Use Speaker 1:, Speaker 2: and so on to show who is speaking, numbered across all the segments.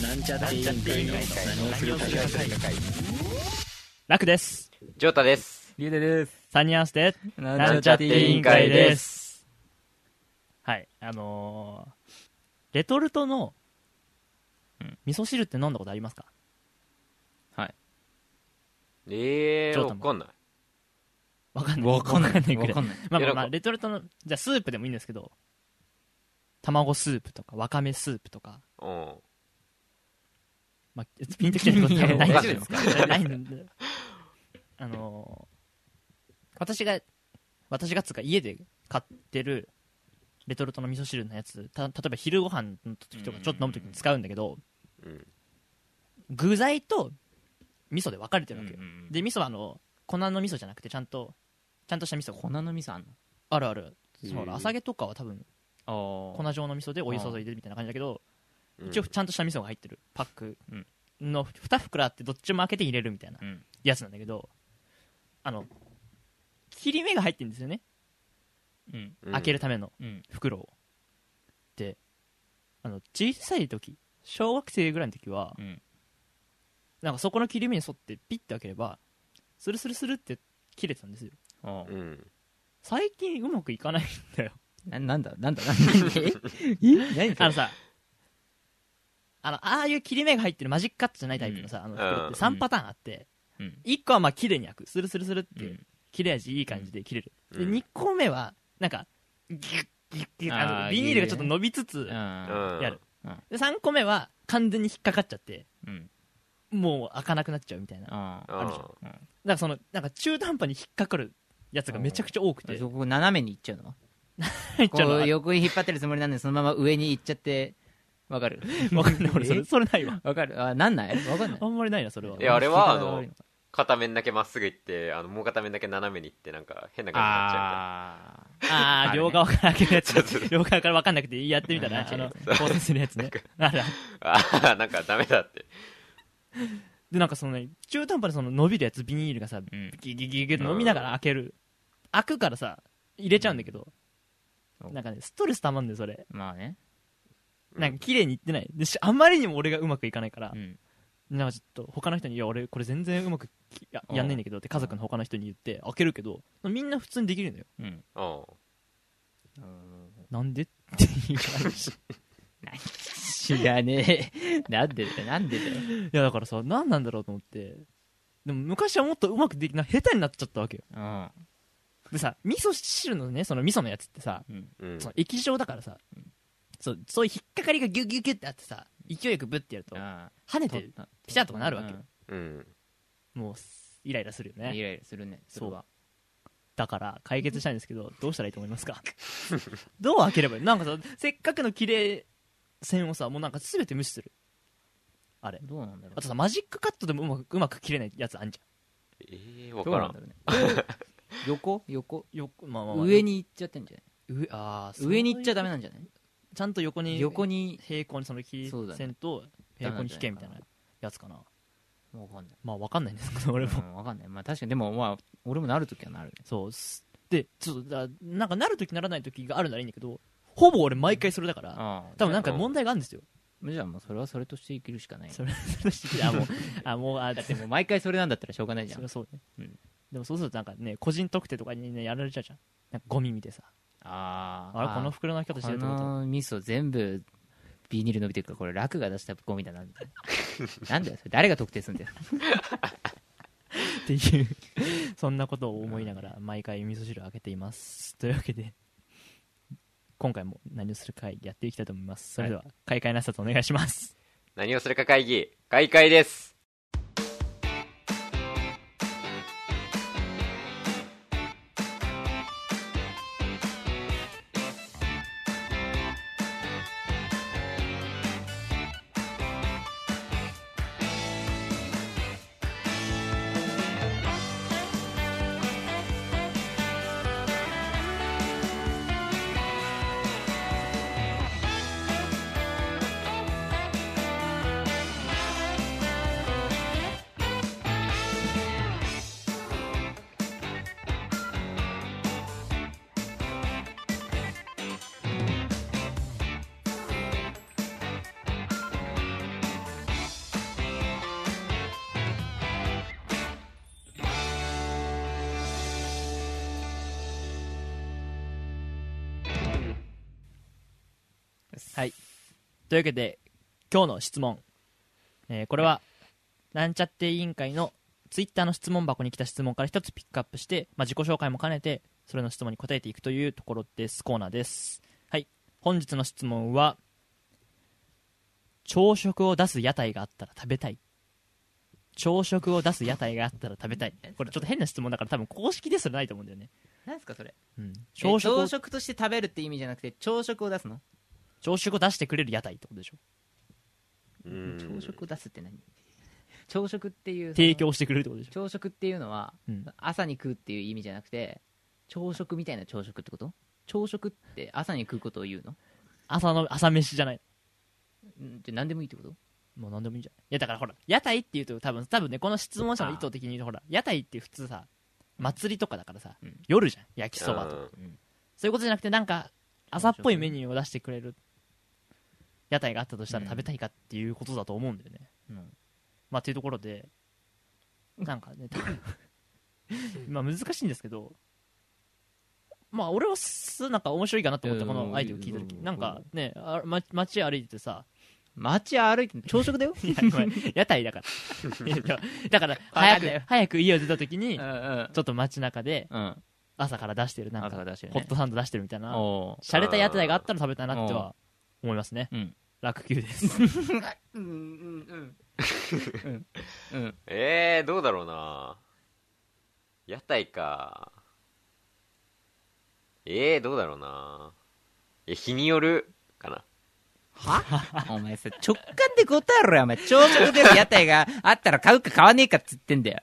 Speaker 1: なんちゃって委員会の何をするか会
Speaker 2: 楽です。
Speaker 3: ジョータです。
Speaker 4: リュウデです。
Speaker 2: サニーアンスで、。
Speaker 4: なん
Speaker 3: ちゃって委員会です
Speaker 2: はい、あのーレトルトの
Speaker 4: うん
Speaker 2: 味噌汁って飲んだことありますか
Speaker 3: え
Speaker 2: ジョー
Speaker 3: ー、
Speaker 2: タ
Speaker 3: わ
Speaker 2: も
Speaker 3: かんない。
Speaker 2: わかんない。
Speaker 4: わかんない。
Speaker 2: わかんないくらい
Speaker 4: わかんない。
Speaker 2: まあまあま
Speaker 3: い
Speaker 2: あ、
Speaker 3: や
Speaker 2: レトルトの、じゃあスープでもいいんですけど、卵スープとか、わかめスープとか、
Speaker 3: うん。
Speaker 2: まあ、ピンときてることはない
Speaker 3: いや
Speaker 2: ですかないんで。 あのー私が、私がっつうか家で買ってるレトルトの味噌汁のやつ、た例えば昼ご飯の時とかちょっと飲む時に使うんだけど、
Speaker 3: うん。
Speaker 2: 具材と味噌で分かれてるわけよ。
Speaker 4: で、
Speaker 2: で、味噌はあの、粉の味噌じゃなくて、ちゃんと、ちゃんとした味噌。
Speaker 4: 粉の味噌あん
Speaker 2: あるある。そう
Speaker 3: うん
Speaker 2: 朝揚げとかは多分、
Speaker 4: の
Speaker 2: 粉状の味噌でお湯注いでるみたいな感じだけど、
Speaker 3: うん
Speaker 2: 一応ちゃんとした味噌が入ってるパック
Speaker 4: うん
Speaker 2: の2袋あってどっちも開けて入れるみたいな
Speaker 4: うん
Speaker 2: やつなんだけどあの切り目が入ってるんですよね、
Speaker 4: うん。
Speaker 3: うん
Speaker 2: 開けるための
Speaker 4: うん。
Speaker 2: 袋をであの小さい時小学生ぐらいの時は、
Speaker 4: うん
Speaker 2: なんかそこの切り目に沿ってピッて開ければスルスルスルって切れてたんですよ
Speaker 4: あ
Speaker 3: うん。
Speaker 2: 最近うまくいかないん だよ
Speaker 4: あ。なんだ、なんだ、なんだ。ええ何そ
Speaker 2: あの
Speaker 4: れ
Speaker 2: さあのああいう切り目が入ってるマジックカットじゃないタイプのさ、あの袋っ
Speaker 3: うん
Speaker 2: て3パターンあって、
Speaker 4: うん。
Speaker 2: 1個はまあ綺麗に開くスルスルスルっ
Speaker 4: う
Speaker 2: て
Speaker 4: ん
Speaker 2: 切れ味いい感じで切れる、
Speaker 3: う
Speaker 2: で
Speaker 3: ん
Speaker 2: 2個目はなんかギュッギュッギュッあ
Speaker 4: あ
Speaker 2: の
Speaker 4: ー
Speaker 2: ビニールがちょっと伸びつつ、
Speaker 4: あ
Speaker 3: うん
Speaker 2: やるで3個目は完全に引っかかっちゃって
Speaker 4: ーうん。
Speaker 2: もう開かなくなっちゃうみたいなだか
Speaker 4: あ
Speaker 3: うん
Speaker 2: あるじらそのなんか中途半端に引っかかるやつがめちゃくちゃ多くて
Speaker 4: ー。そこ斜めに行っちゃうの
Speaker 2: 入っちゃう
Speaker 4: こ
Speaker 2: の
Speaker 4: う
Speaker 2: が
Speaker 4: 横に引っ張ってるつもりなんで、そのまま上に行っちゃって、わかる
Speaker 2: わかんない俺そ
Speaker 4: え
Speaker 2: れそれないわ
Speaker 4: わかるあ、なんないわかんない
Speaker 2: あ。んまりないなそれはい
Speaker 3: やあれはあの
Speaker 4: 聞き方が悪いか
Speaker 3: 片面だけまっすぐ行って、あの、もう片面だけ斜めに行って、なんか変な感じになっちゃ
Speaker 4: あ
Speaker 2: あ
Speaker 4: あ
Speaker 2: あ
Speaker 4: るね
Speaker 2: 両側から開けるやつ
Speaker 3: そうそう
Speaker 2: 両側から分かんなくてやってみたら
Speaker 4: うん
Speaker 2: あの考察するやつねあるある
Speaker 3: うから。ああー、なんかダメだって。
Speaker 2: でなんかそのね中途半端にその伸びるやつビニールがさ
Speaker 4: ー。うん。
Speaker 2: ギギギギって飲みながら開ける、開くからさ入れちゃうんだけど、
Speaker 4: うん
Speaker 2: なんかねストレスたまんだよそれ
Speaker 4: まあね。
Speaker 3: うん
Speaker 2: なんか綺麗にいってないでしあまりにも俺がうまくいかないから
Speaker 4: う、ん。
Speaker 2: なんかちょっと他の人に「いや俺これ全然うまくきややんねえんだけど」って家族の他の人に言って開けるけどみんな普通にできるのよ
Speaker 4: うん。
Speaker 3: うん。
Speaker 2: なんでっていう話い
Speaker 4: 知らねえ。 なんでだよ、なんでだよ。
Speaker 2: やだからさ何なんだろうと思ってでも昔はもっとうまくできない下手になっちゃったわけよ
Speaker 4: うん。
Speaker 2: でさ味噌汁のねその味噌のやつってさ、
Speaker 3: うん。
Speaker 2: その液状だからさ、そうそういう引っかかりがギュギュギュってあってさ勢いよくブッてやると
Speaker 4: あ
Speaker 2: 跳ね
Speaker 4: あ
Speaker 2: てピシャッとかなるわけよ
Speaker 3: うん。
Speaker 2: もうイライラするよ
Speaker 4: うんイ
Speaker 2: ね
Speaker 4: ライラするね。
Speaker 2: そう
Speaker 4: れは
Speaker 2: だから解決したいんですけどどうしたらいいと思います かどう開ければいいなんかさせっかくの綺麗線をさもうなんか全て無視するあれ
Speaker 4: どうなんだろう
Speaker 2: あ。とさマジックカットでもうまくうまく切れないやつあんじ
Speaker 3: えー、わ
Speaker 4: ど
Speaker 3: か
Speaker 4: う
Speaker 3: ら
Speaker 4: なん
Speaker 3: ん
Speaker 4: だ。ろうね。 横横
Speaker 2: ゃんよまあまあまあ
Speaker 4: 上に行っちゃってんじゃない
Speaker 2: 上あーそういう
Speaker 4: 上に行っちゃダメなんじゃない
Speaker 2: ちゃんと横に
Speaker 4: 横に、
Speaker 2: 平行にその切り
Speaker 4: そうだね
Speaker 2: 線と平行に引けみたいな
Speaker 4: ダメなんじゃないか
Speaker 2: やつかな
Speaker 4: わかんない。
Speaker 2: まあわかんないんですけど俺も
Speaker 4: うんわかんない。まあ確かに、でもまあ、俺もなるときはなるね。
Speaker 2: そうすでちょっとだなんかなるときならないときがあるならいいんだけどほぼ俺毎回それだから
Speaker 4: ああ。
Speaker 2: 多分なんか問題があるん ですよ
Speaker 4: じゃあもうそれはそれとして生きるしかない。
Speaker 2: それそれ知ってあもうあもうあ
Speaker 4: だってもう毎回それなんだったらしょうがないじゃ
Speaker 2: そ
Speaker 4: ん
Speaker 2: りゃ。そうね、
Speaker 4: うん
Speaker 2: でもそうするとなんかね個人特定とかにねやられちゃうじゃんなんかゴミ見てさ
Speaker 4: あ
Speaker 2: あれこの袋の開き方して
Speaker 4: こ
Speaker 2: るってこと
Speaker 4: の味噌全部ビニール伸びてるからこれ楽が出したゴミだなみたいな なんだよそれ誰が特定すんだよ
Speaker 2: っていう そんなことを思いながら毎回味噌汁を開けていますというわけで今回も何をする会やっていきたいと思いますそれでは開会の挨拶お願いします
Speaker 3: 何をするか会議、開会です。
Speaker 5: 「
Speaker 2: はい。というわけで、今日の質問。えーこれは、なんちゃって委員会のツイッターの質問箱に来た質問から一つピックアップして、まあ、自己紹介も兼ねて、それの質問に答えていくというところです。コーナーです。はい。本日の質問は、朝食を出す屋台があったら食べたい。朝食を出す屋台があったら食べたい。これちょっと変な質問だから多分公式ですらないと思うんだよね。
Speaker 4: なんですかそれ
Speaker 2: うん。
Speaker 4: 朝
Speaker 2: 朝
Speaker 4: 食
Speaker 2: 食を
Speaker 4: 朝食として食べるって意味じゃなくて朝食を出すの、
Speaker 2: 朝食を出してくれる屋台ってことでしょ。
Speaker 3: うん
Speaker 4: 朝食を出すって何朝食っていう
Speaker 2: 提供してくれるってことでしょ。
Speaker 4: 朝食っていうのは、
Speaker 2: うん
Speaker 4: 朝に食うっていう意味じゃなくて朝食みたいな朝食ってこと朝食って朝に食うことを言うの
Speaker 2: 朝の、朝飯じゃない。
Speaker 4: んじゃあ何でもいいってこと
Speaker 2: もう何でもいいんじゃないいやだからほら屋台っていうと多分多分ねこの質問者の意図的に言うとほら屋台って普通さ祭りとかだからさ、
Speaker 4: うん
Speaker 2: 夜じゃん焼きそばとか
Speaker 3: うん
Speaker 2: そういうことじゃなくてなんか朝っぽいメニューを出してくれる屋台があったとしたら食べたいかっていうことだと思うんだよね、
Speaker 4: うん
Speaker 2: まあというところでなんか ね多分まあ難しいんですけどまあ俺はすなんか面白いかなと思ってこのアイデアを聞いた時
Speaker 4: うん
Speaker 2: なんかねあま街歩いててさ
Speaker 4: 街歩いてんの朝食だよ
Speaker 2: いや ごめん屋台だ からいやだから
Speaker 4: わか
Speaker 2: 早
Speaker 4: んないよ
Speaker 2: く早く家を出た時に
Speaker 4: うんうん
Speaker 2: ちょっと街中で
Speaker 4: うん
Speaker 2: 朝から出してるなん
Speaker 4: 朝
Speaker 2: か
Speaker 4: が出してる
Speaker 2: ホ
Speaker 4: ね
Speaker 2: ットサンド出してるみたいな
Speaker 4: お
Speaker 2: 洒落た屋台があったら食べたいなっては思いますね
Speaker 4: ーうん
Speaker 2: 楽球です
Speaker 4: うんうんうんうんうん
Speaker 3: えー、どうだろうな屋台かえー、どうだろうなえ日によるかな
Speaker 4: は お前さ直感で答えろよお前朝食でも屋台があったら買うか買わねえかっつってんだよ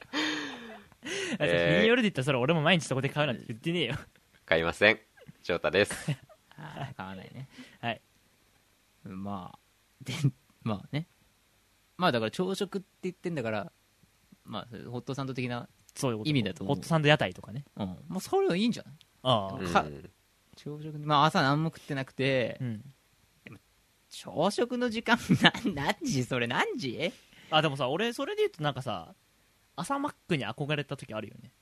Speaker 3: えー
Speaker 2: 日によるで言ったらそれ俺も毎日そこで買うなんて言ってねえよ
Speaker 3: 買いません翔太です
Speaker 4: あー 買わないね
Speaker 2: はい
Speaker 4: まあで まあねまあだから朝食って言ってんだからまあそういうホットサンド的な
Speaker 2: そういうこと
Speaker 4: 意味だと思
Speaker 2: ホ
Speaker 4: う
Speaker 2: ットサンド屋台とかね
Speaker 4: うんまあそれはいいんじゃない
Speaker 2: あ
Speaker 3: うん
Speaker 4: か朝食まあ朝何も食ってなくて、
Speaker 2: あうん
Speaker 4: 朝食の時間 な何時それ何時
Speaker 2: あでもさ俺それで言うとなんかさ朝マックに憧れた時あるよね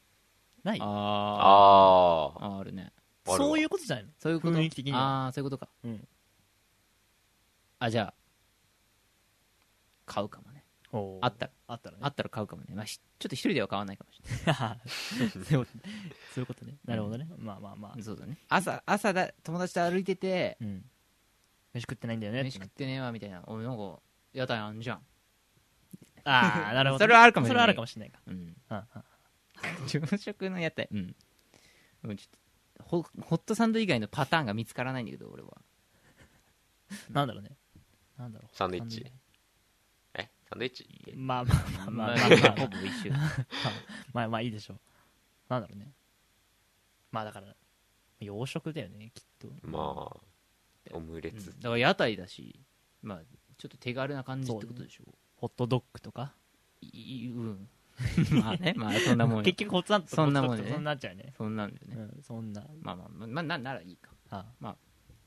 Speaker 2: ない
Speaker 4: あ
Speaker 3: あ
Speaker 4: ーああるね
Speaker 3: あるわ
Speaker 2: そういうことじゃないの
Speaker 4: そういうこと
Speaker 2: 雰囲気的には
Speaker 4: ああそういうことか
Speaker 2: うん
Speaker 4: あじゃあ買うかもね
Speaker 2: おー
Speaker 4: あった
Speaker 2: あったらね
Speaker 4: あったら買うかもね、まあ、ひちょっと一人では買わないかもしれ
Speaker 2: そういうことそういうことね。なるほどね。まあまあまあ
Speaker 4: ない。そうだね朝朝だ友達と歩いてて
Speaker 2: うん。飯食ってないんだよね。
Speaker 4: 飯食ってねえわみたいなおいなんか屋台あんじゃん、
Speaker 2: ああ、なるほどね。
Speaker 4: それはあるかもし
Speaker 2: そ
Speaker 4: れない
Speaker 2: れはあるかもしれないか。
Speaker 4: うん、
Speaker 2: うんうん
Speaker 4: 朝食の屋台うんうんちょっとホホットサンド以外のパターンが見つからないんだけど 俺は
Speaker 2: なんだろうね。なんだろう。
Speaker 3: サンドイッチえサンドイッチ
Speaker 2: まあまあまあまあまあまあ
Speaker 4: ほぼ 一緒
Speaker 2: まあまあいいでしょう。なんだろうね。まあだから、洋食だよね、きっと。
Speaker 3: まあオムレ
Speaker 4: うん
Speaker 3: ツ、
Speaker 4: だから屋台だしまあちょっと手軽な感じってことでしょ
Speaker 2: ホットドッグとか。
Speaker 4: いいうん まあねまあそんなもんよ
Speaker 2: 結局ホットサンドと
Speaker 4: そんなもんね
Speaker 2: ホットドッグとそんなっちゃうね。
Speaker 4: そんなんだよ
Speaker 2: う
Speaker 4: ね、
Speaker 2: ん、そんな。
Speaker 4: まあまあまあまあなならいいか
Speaker 2: あ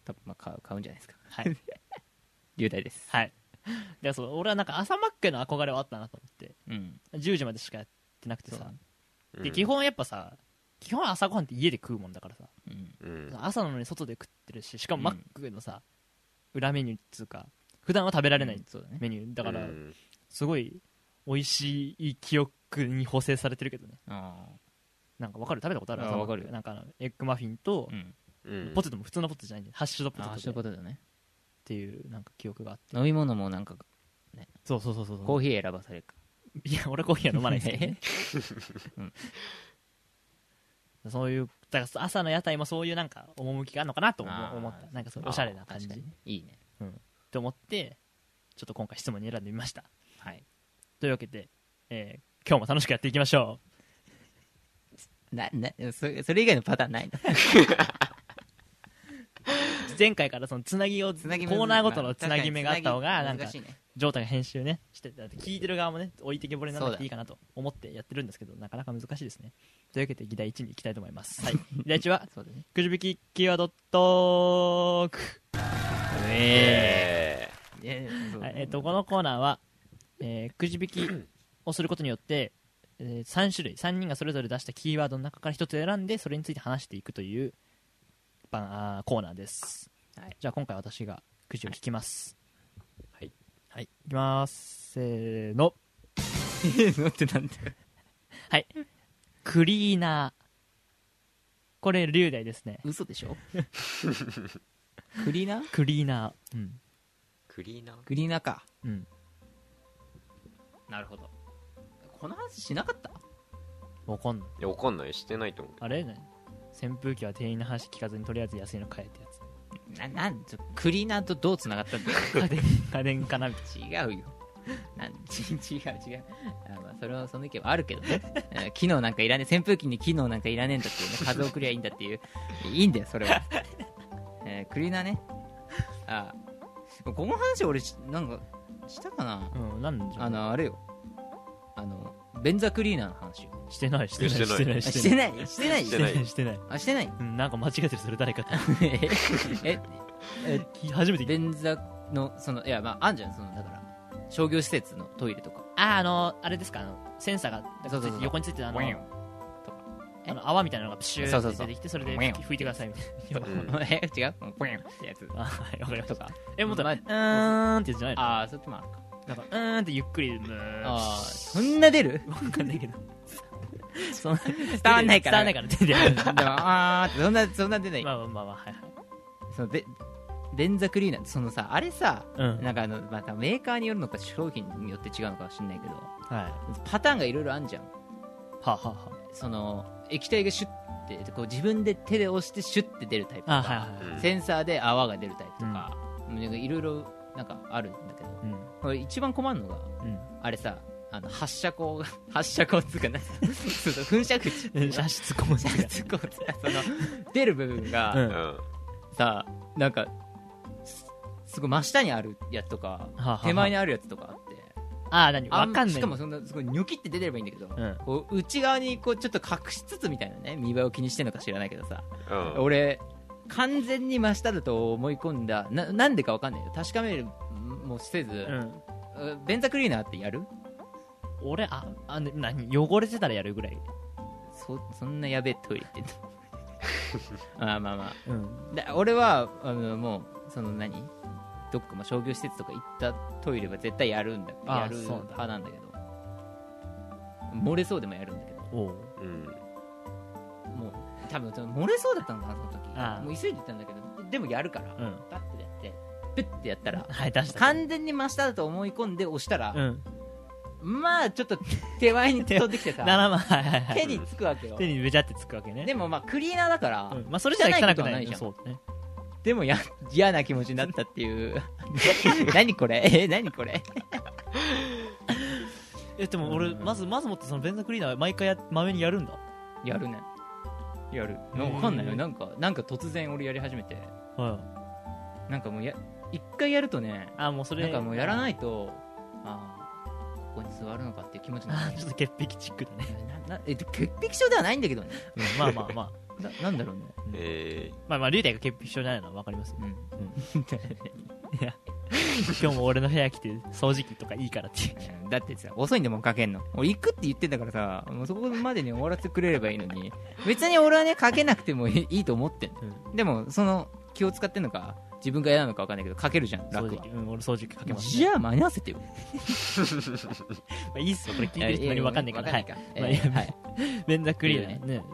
Speaker 4: 多分まあ買う買うんじゃないですか
Speaker 2: はい。
Speaker 4: 雄大です
Speaker 2: はい。でそう俺はなんか朝マックへの憧れはあったなと思って
Speaker 4: うん
Speaker 2: 10時までしかやってなくて
Speaker 4: そう
Speaker 2: さ
Speaker 4: ね
Speaker 3: うん
Speaker 2: で基本やっぱさ基本朝ごはんって家で食うもんだからさ
Speaker 4: うん
Speaker 3: うん
Speaker 2: 朝なのに外で食ってるししかも
Speaker 4: うん
Speaker 2: マックのさ、裏メニューっつうか普段は食べられな
Speaker 4: う
Speaker 2: い
Speaker 4: んそうだね
Speaker 2: メニューだから
Speaker 3: うん
Speaker 2: すごい美味しい記憶に補正されてるけどね
Speaker 4: あ
Speaker 2: なんかわかる食べたことある
Speaker 4: あ
Speaker 2: 朝マック
Speaker 4: わかる
Speaker 2: なんかあのエッグマフィンと
Speaker 4: ー、うん
Speaker 3: うん
Speaker 2: ポテトも普通のポテトじゃないんでハッシュドポ
Speaker 4: ああ
Speaker 2: テ
Speaker 4: そうい
Speaker 2: ト
Speaker 4: う
Speaker 2: でっ
Speaker 4: ことだよね
Speaker 2: ていうなんか記憶があって
Speaker 4: 飲み物もなんか
Speaker 2: そうそうそうそう
Speaker 4: コーヒー選ばされるか
Speaker 2: いや俺コーヒーは飲まないですけどねそういうだから朝の屋台もそういうなんか趣があるのかなと思
Speaker 4: あー
Speaker 2: 思ったなんかそうおしゃれな感じ
Speaker 4: あー確かにいいね
Speaker 2: って思ってちょっと今回質問に選んでみました
Speaker 4: はい
Speaker 2: というわけで、えー今日も楽しくやっていきましょ
Speaker 4: ななそれそれ以外のパターンないの
Speaker 2: う前回からそのつなぎを
Speaker 4: つなぎ目
Speaker 2: コーナーごとのつなぎ目があった方が
Speaker 4: つ
Speaker 2: な
Speaker 4: なぎ
Speaker 2: んか
Speaker 4: 難しいね
Speaker 2: ジョータが編集ねしてて聞いてる側もね置いてけぼりにならなくていいかなと思ってやってるんですけどなかなか難しいですねというわけで議題1に行きたいと思います、はい、 議題1は
Speaker 4: そうだね
Speaker 2: くじ引きキーワードトーク
Speaker 3: え
Speaker 4: え
Speaker 2: は
Speaker 4: ー
Speaker 2: いえっとこのコーナーは、えーくじ引きをすることによって、え3種類3人がそれぞれ出したキーワードの中から1つ選んでそれについて話していくというばあーコーナーです、
Speaker 4: はい
Speaker 2: じゃあ今回私がくじを引きます
Speaker 3: はい
Speaker 2: はいいきますせーの
Speaker 4: のって なんだよ
Speaker 2: はいクリーナーこれ龍大ですね
Speaker 4: 嘘で しょクリーナー
Speaker 2: クリーナーうん
Speaker 3: クリーナー
Speaker 4: クリーナーか
Speaker 2: うん
Speaker 4: なるほどこの話しなかった
Speaker 2: わかんない
Speaker 3: いやわかんないしてないと思う
Speaker 2: あれね扇風機は店員の話聞かずにとりあえず安いの買えってやつ
Speaker 4: ななんちょクリーナーとどうつながったんだよ
Speaker 2: 家電家電かなみたい
Speaker 4: 違うよなん ち違う違うあ、まあ、それはその意見はあるけどねうん機能なんかいらねえ扇風機に機能なんかいらねえんだっていうね風送りゃいいんだっていういいんだよそれは、えークリーナーねあこの話俺しなんかしたかな
Speaker 2: なうんなんじゃ
Speaker 4: あのあれよあの便座クリーナーの話よ
Speaker 2: してないしてない
Speaker 3: してな い
Speaker 4: あ
Speaker 2: してない
Speaker 4: してないしてな い
Speaker 2: してないしてない
Speaker 4: あしてない
Speaker 2: うんなんか間違えてるそれ誰か と
Speaker 4: えええ
Speaker 2: 初めて聞い
Speaker 4: 便座のそのいやまああんじゃんそのだから商業施設のトイレとか
Speaker 2: たああのあれですかあのセンサーがついて
Speaker 4: そうそうそう
Speaker 2: 横についてるあの
Speaker 4: ウィン
Speaker 2: あの泡みたいなのがプシュー
Speaker 4: そうそ
Speaker 2: っ
Speaker 4: う
Speaker 2: て
Speaker 4: そう
Speaker 2: 出てきてそれで
Speaker 4: ウィン
Speaker 2: 拭いてくださいみたいな
Speaker 3: うん
Speaker 4: え違うポンってやつ
Speaker 2: あ はいわかりました
Speaker 4: とか
Speaker 2: えもっとう
Speaker 4: まあ
Speaker 2: ーんってじゃないの
Speaker 4: ああそっちもあるか
Speaker 2: なんかうーんってゆっくりむー
Speaker 4: あーそんな出 る
Speaker 2: わかんないけどそんな伝
Speaker 4: わんないから
Speaker 2: 伝わんないから手で
Speaker 4: でもああってそんなそんな出ない、
Speaker 2: まあまあまあまあはいはい
Speaker 4: そので便座クリーナーそのさあれさ、
Speaker 2: うん
Speaker 4: なんかあのまたメーカーによるのか商品によって違うのかもしんないけど
Speaker 2: はい
Speaker 4: パターンがいろいろあんじゃん
Speaker 2: はあ、はあは
Speaker 4: その液体がシュッてこう自分で手で押してシュッて出るタイプと
Speaker 2: あ、
Speaker 4: か
Speaker 2: あはいはい
Speaker 3: うん
Speaker 4: センサーで泡が出るタイプとか、なんかいろいろなんかあるんだけど
Speaker 2: うん
Speaker 4: これ一番困るのが
Speaker 2: うん
Speaker 4: あれさあの発射口が 発射口っつうか なそうそう噴射口
Speaker 2: え射出コンセ
Speaker 4: 噴射口ってその出る部分が、
Speaker 2: うん
Speaker 3: うん
Speaker 2: は
Speaker 4: さなんかすすごい真下にあるやつとか
Speaker 2: あはあ
Speaker 4: 手前にあるやつとかあって
Speaker 2: ああ何わ
Speaker 4: あ
Speaker 2: かんない
Speaker 4: しかもそんなすごいニョキって出てればいいんだけど、
Speaker 2: うん
Speaker 4: こう内側にこうちょっと隠しつつみたいなね見栄えを気にしてるのか知らないけどさ
Speaker 3: うん
Speaker 4: 俺完全に真下だと思い込んだななんでか分かんないよ確かめるもせず、
Speaker 2: うん
Speaker 4: うん便座クリーナーってやる
Speaker 2: 俺ああね何汚れてたらやるぐらい
Speaker 4: そそんなやべえトイレって言った まあまあま
Speaker 2: うん
Speaker 4: あで俺はあのもうその何どっかまあ商業施設とか行ったトイレは絶対やるんだ
Speaker 2: あ
Speaker 4: やる
Speaker 2: そうなんだ
Speaker 4: 派なんだけど漏れそうでもやるんだけど
Speaker 2: おう
Speaker 3: うん
Speaker 4: もう多分その漏れそうだったのかなその
Speaker 2: ああ
Speaker 4: 時もう急いで行ったんだけどででもやるから、
Speaker 2: うん
Speaker 4: パッてやってプッてやったら
Speaker 2: はい出した
Speaker 4: 完全に真下だと思い込んで押したら
Speaker 2: う、ん
Speaker 4: まあちょっと手前に飛んできて さ
Speaker 2: 7万はいはいはい
Speaker 4: 手につくわけよ
Speaker 2: 手にべちゃってつくわけね
Speaker 4: でもまあクリーナーだから、
Speaker 2: うんまあそれじゃ汚くない
Speaker 4: 汚いことはないじゃん
Speaker 2: そうね
Speaker 4: でもや嫌な気持ちになったっていう 何これ え何これ
Speaker 2: えでも俺
Speaker 4: うん
Speaker 2: まずまずもってその便座クリーナー毎回やまめにやるんだ
Speaker 4: やるねやる
Speaker 2: へー
Speaker 4: わかんないよなんかなんか突然俺やり始めて
Speaker 2: はい
Speaker 4: なんかもうや一回やるとね
Speaker 2: あもうそれ
Speaker 4: なんかもうやら
Speaker 2: い
Speaker 4: ないとああここに座るのかっていう気持ちになる
Speaker 2: ちょっと潔癖チックだね
Speaker 4: ななえっと潔癖症ではないんだけどね
Speaker 2: うん まあまあまあ
Speaker 4: ななんだろうね
Speaker 3: え
Speaker 2: まあまあ龍大が潔癖症じゃないのはわかります
Speaker 4: うん
Speaker 2: 今日も俺の部屋来て掃除機とかいいからっていう
Speaker 4: だってさ遅いんだもんかけんの俺行くって言ってんだからさもうそこまでに終わらせてくれればいいのに別に俺はねかけなくてもいいいいと思ってんの
Speaker 2: うん
Speaker 4: でもその気を使ってんのか自分が嫌なのか分かんないけどかけるじゃん
Speaker 2: 掃
Speaker 4: 楽
Speaker 2: 除
Speaker 4: は
Speaker 2: 機うん俺掃除機かけます
Speaker 4: じゃあ間に合わせてよ
Speaker 2: まあいいっすよこれ聞いてる人何もわかんないからはい
Speaker 4: え
Speaker 2: ま
Speaker 4: ー
Speaker 2: あ
Speaker 4: え
Speaker 2: いい
Speaker 4: ー
Speaker 2: や
Speaker 4: はい
Speaker 2: 便座クリーナーね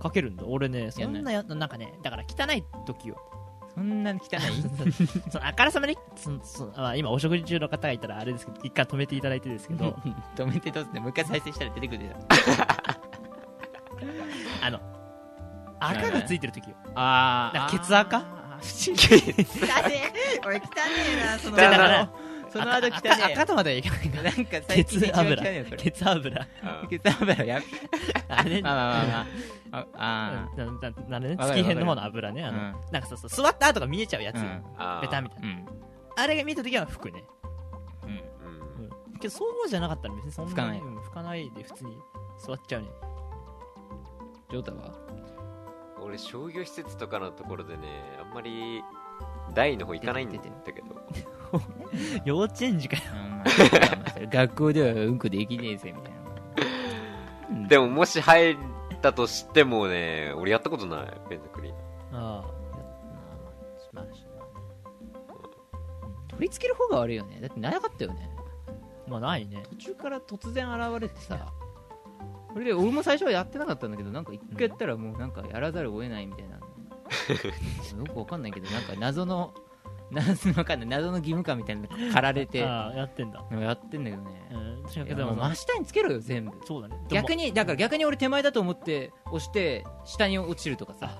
Speaker 2: かけるんだ俺ねそ
Speaker 4: やんない
Speaker 2: んなやなんかねだから汚い時よ
Speaker 4: そんなに汚い
Speaker 2: そのあからさまにそのそのあ今お食事中の方がいたらあれですけど一回止めていただいてですけど
Speaker 4: 止めてどうすんのもう一回再生したら出てくるじゃん
Speaker 2: あ の赤がついてる時よ
Speaker 4: あ
Speaker 2: なんかケツ垢
Speaker 4: あー汚ねえ俺汚ねえなその
Speaker 3: じゃあだから
Speaker 4: その後汚
Speaker 2: 赤赤
Speaker 4: ね
Speaker 2: 赤とまではいかない
Speaker 4: え
Speaker 2: か
Speaker 4: なんか
Speaker 2: ら
Speaker 4: 最近一
Speaker 2: 血
Speaker 4: 番汚
Speaker 2: 油
Speaker 4: いよそれ
Speaker 2: 血油
Speaker 3: ー
Speaker 4: ケツ油や
Speaker 2: あれね
Speaker 4: べ まあまあまあまあ
Speaker 2: なななるね
Speaker 4: わかる
Speaker 2: 月変の方の油ね
Speaker 4: あ
Speaker 2: あ
Speaker 4: あ
Speaker 2: のなんかさそう座った後が見えちゃうやつよ
Speaker 4: うん
Speaker 3: あー
Speaker 2: ベタみたいな
Speaker 4: うん
Speaker 2: あれが見えた時は服ね
Speaker 4: うん
Speaker 3: うん
Speaker 2: けどそうじゃなかったら別にそんなに
Speaker 4: 拭かない
Speaker 2: うん拭かないで普通に座っちゃうね
Speaker 4: ジョータは
Speaker 3: 俺商業施設とかのところでねあんまり台の方行かないんだけど
Speaker 2: 幼稚園 児かよ
Speaker 4: うんまあまあそれ学校ではうんこできねえぜみたいな
Speaker 3: でももし入ったとしてもね俺やったことないベンザクリーナ
Speaker 2: ああ
Speaker 4: まあまあまあ取り付ける方が悪いよねだってなかったよね
Speaker 2: まあないね
Speaker 4: 途中から突然現れてさそれで俺も最初はやってなかったんだけどなんか一回やったらもうなんかやらざるを得ないみたいなよくわかんないけどなんか謎の謎のわかんない謎の義務感みたいなの駆られてや
Speaker 2: ああやってんだ
Speaker 4: ってんだけど
Speaker 2: う
Speaker 4: ね、
Speaker 2: ん確か
Speaker 4: い
Speaker 2: に
Speaker 4: や
Speaker 2: で
Speaker 4: もう
Speaker 2: も
Speaker 4: 真下につけろよ全部
Speaker 2: そうだねでも
Speaker 4: 逆にだから逆に俺手前だと思って押して下に落ちるとかさ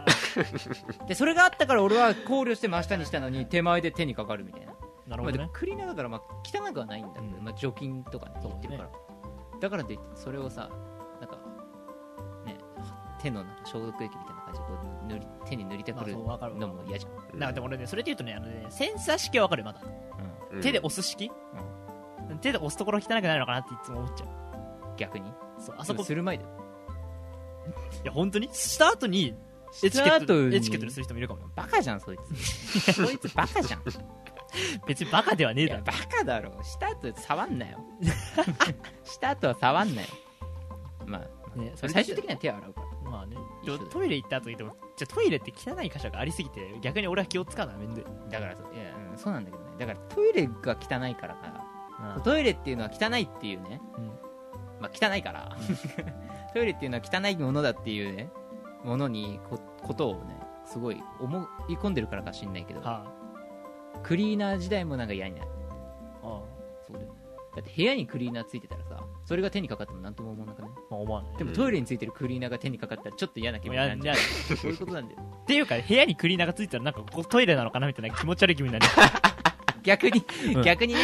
Speaker 4: でそれがあったから俺は考慮して真下にしたのに手前で手にかかるみたいな
Speaker 2: なるほ
Speaker 4: まあ、
Speaker 2: ど
Speaker 4: で
Speaker 2: ね
Speaker 4: クリーナーだからまあ汚くはないんだけど、
Speaker 2: うん
Speaker 4: まあ、除菌とかね
Speaker 2: そうだね
Speaker 4: 言ってるからだからといってそれをさなんかね手のなんか消毒液みたいな感じでこう塗り手に塗りたく
Speaker 2: ま
Speaker 4: る
Speaker 2: あそうわかる
Speaker 4: のも嫌じゃん、
Speaker 2: なんかでも俺ねそれで言うとねあのねセンサー式はわかるよまだ
Speaker 3: うん
Speaker 2: 手で押す式手で押すところ汚くないのかなっていつも思っちゃう
Speaker 4: 逆に
Speaker 2: そうあ
Speaker 4: あ
Speaker 2: そ
Speaker 4: そ
Speaker 2: こ
Speaker 4: こ
Speaker 2: い
Speaker 4: する前だよ
Speaker 2: や本当にした後にエチケ
Speaker 4: した
Speaker 2: ッ
Speaker 4: 後
Speaker 2: ト
Speaker 4: に
Speaker 2: エチケットにする人もいるかもよ
Speaker 4: バカじゃんそい つそいつバカじゃん
Speaker 2: 別にバカではねえ
Speaker 4: い
Speaker 2: だ
Speaker 4: や
Speaker 2: ろ
Speaker 4: バカだろした後触 んなよした後は触んなよまあ
Speaker 2: ねそれ
Speaker 4: 最終的には手を洗うから
Speaker 2: まあね
Speaker 4: 一緒だよ
Speaker 2: トイレ行った後にでもじゃあトイレって汚い箇所がありすぎて逆に俺は気をつかないめんどい
Speaker 4: だからそういや、うんそうなんだけどねだからトイレが汚いからかトイレっていうのは汚いっていうね、
Speaker 2: うん
Speaker 4: まあ、汚いから トイレっていうのは汚いものだっていうねものにこことをねすごい思い込んでるからか知んないけど
Speaker 2: は
Speaker 4: クリーナー時代もなんか嫌になる
Speaker 2: ああ
Speaker 4: そうだよねだって部屋にクリーナーついてたらさそれが手にかかってもなんとも思わなくない
Speaker 2: まあ思わない
Speaker 4: でも
Speaker 3: うん
Speaker 4: トイレについてるクリーナーが手にかかったらちょっと嫌な気
Speaker 2: でも
Speaker 4: 分にな
Speaker 2: や
Speaker 4: るん
Speaker 2: ん
Speaker 4: じゃ
Speaker 2: や
Speaker 4: ん
Speaker 2: っ
Speaker 4: そういうことなんだよ
Speaker 2: ていうか部屋にクリーナーがついたらなんかここトイレなのかなみたいな気持ち悪い気分になる
Speaker 4: 逆に、
Speaker 2: うん
Speaker 4: 逆にね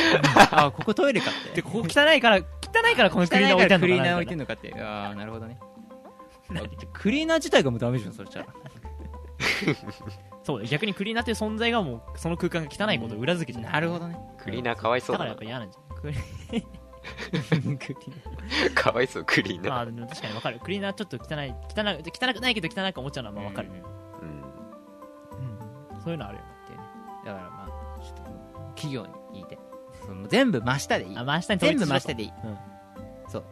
Speaker 4: あここトイレかっ
Speaker 2: で
Speaker 4: て
Speaker 2: ここ汚いから汚いからこのク
Speaker 4: 汚
Speaker 2: リーナー置いて
Speaker 4: い
Speaker 2: あ
Speaker 4: からク
Speaker 2: る
Speaker 4: リー
Speaker 2: のか
Speaker 4: ナー
Speaker 2: なみた
Speaker 4: 置いて
Speaker 2: い
Speaker 4: んのかってああなるほど ねクリーナー自体がもうダメじゃんそしたら
Speaker 2: なそうだよ逆にクリーナーという存在がもうその空間が汚いことを裏付けちゃう
Speaker 4: なるほ どね
Speaker 3: クリーナーかわいそう
Speaker 2: だか
Speaker 3: だ
Speaker 2: らやっぱ嫌な
Speaker 3: な
Speaker 2: んじゃんクリ
Speaker 4: クリーナー
Speaker 3: かわいそうクリー
Speaker 2: ま
Speaker 3: ナー
Speaker 2: あでも確かにわかるクリーナーちょっと汚い汚い汚くないけど汚く思っちゃうのはまあわかる、
Speaker 3: うん
Speaker 2: うんそういうのあるよ
Speaker 4: だからまあちょっと企業に言いたいその全部真下でいい
Speaker 2: あ真下に
Speaker 4: 全部真
Speaker 2: て
Speaker 4: 下でいい、
Speaker 2: うん
Speaker 4: そう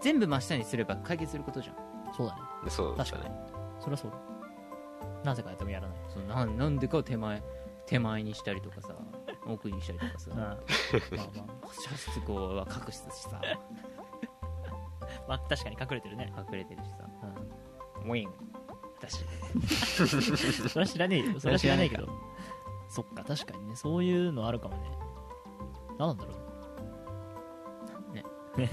Speaker 4: 全部真下にすれば解決することじゃん
Speaker 2: そうだね
Speaker 3: そうだ
Speaker 2: 確かに
Speaker 3: ね
Speaker 2: それはそうだなぜかやってもやらない
Speaker 4: そのなんなんでかを手前手前にしたりとか さ奥にしたりとかさ
Speaker 2: うんまあま
Speaker 4: 射出口は隠すしさ
Speaker 2: あまあ確かに隠れてるね
Speaker 4: 隠れてるしさ、うん、ウィン私
Speaker 2: それは知らねえよそれは知らないけどそっか確かにねそういうのあるかもね何なんだろうねね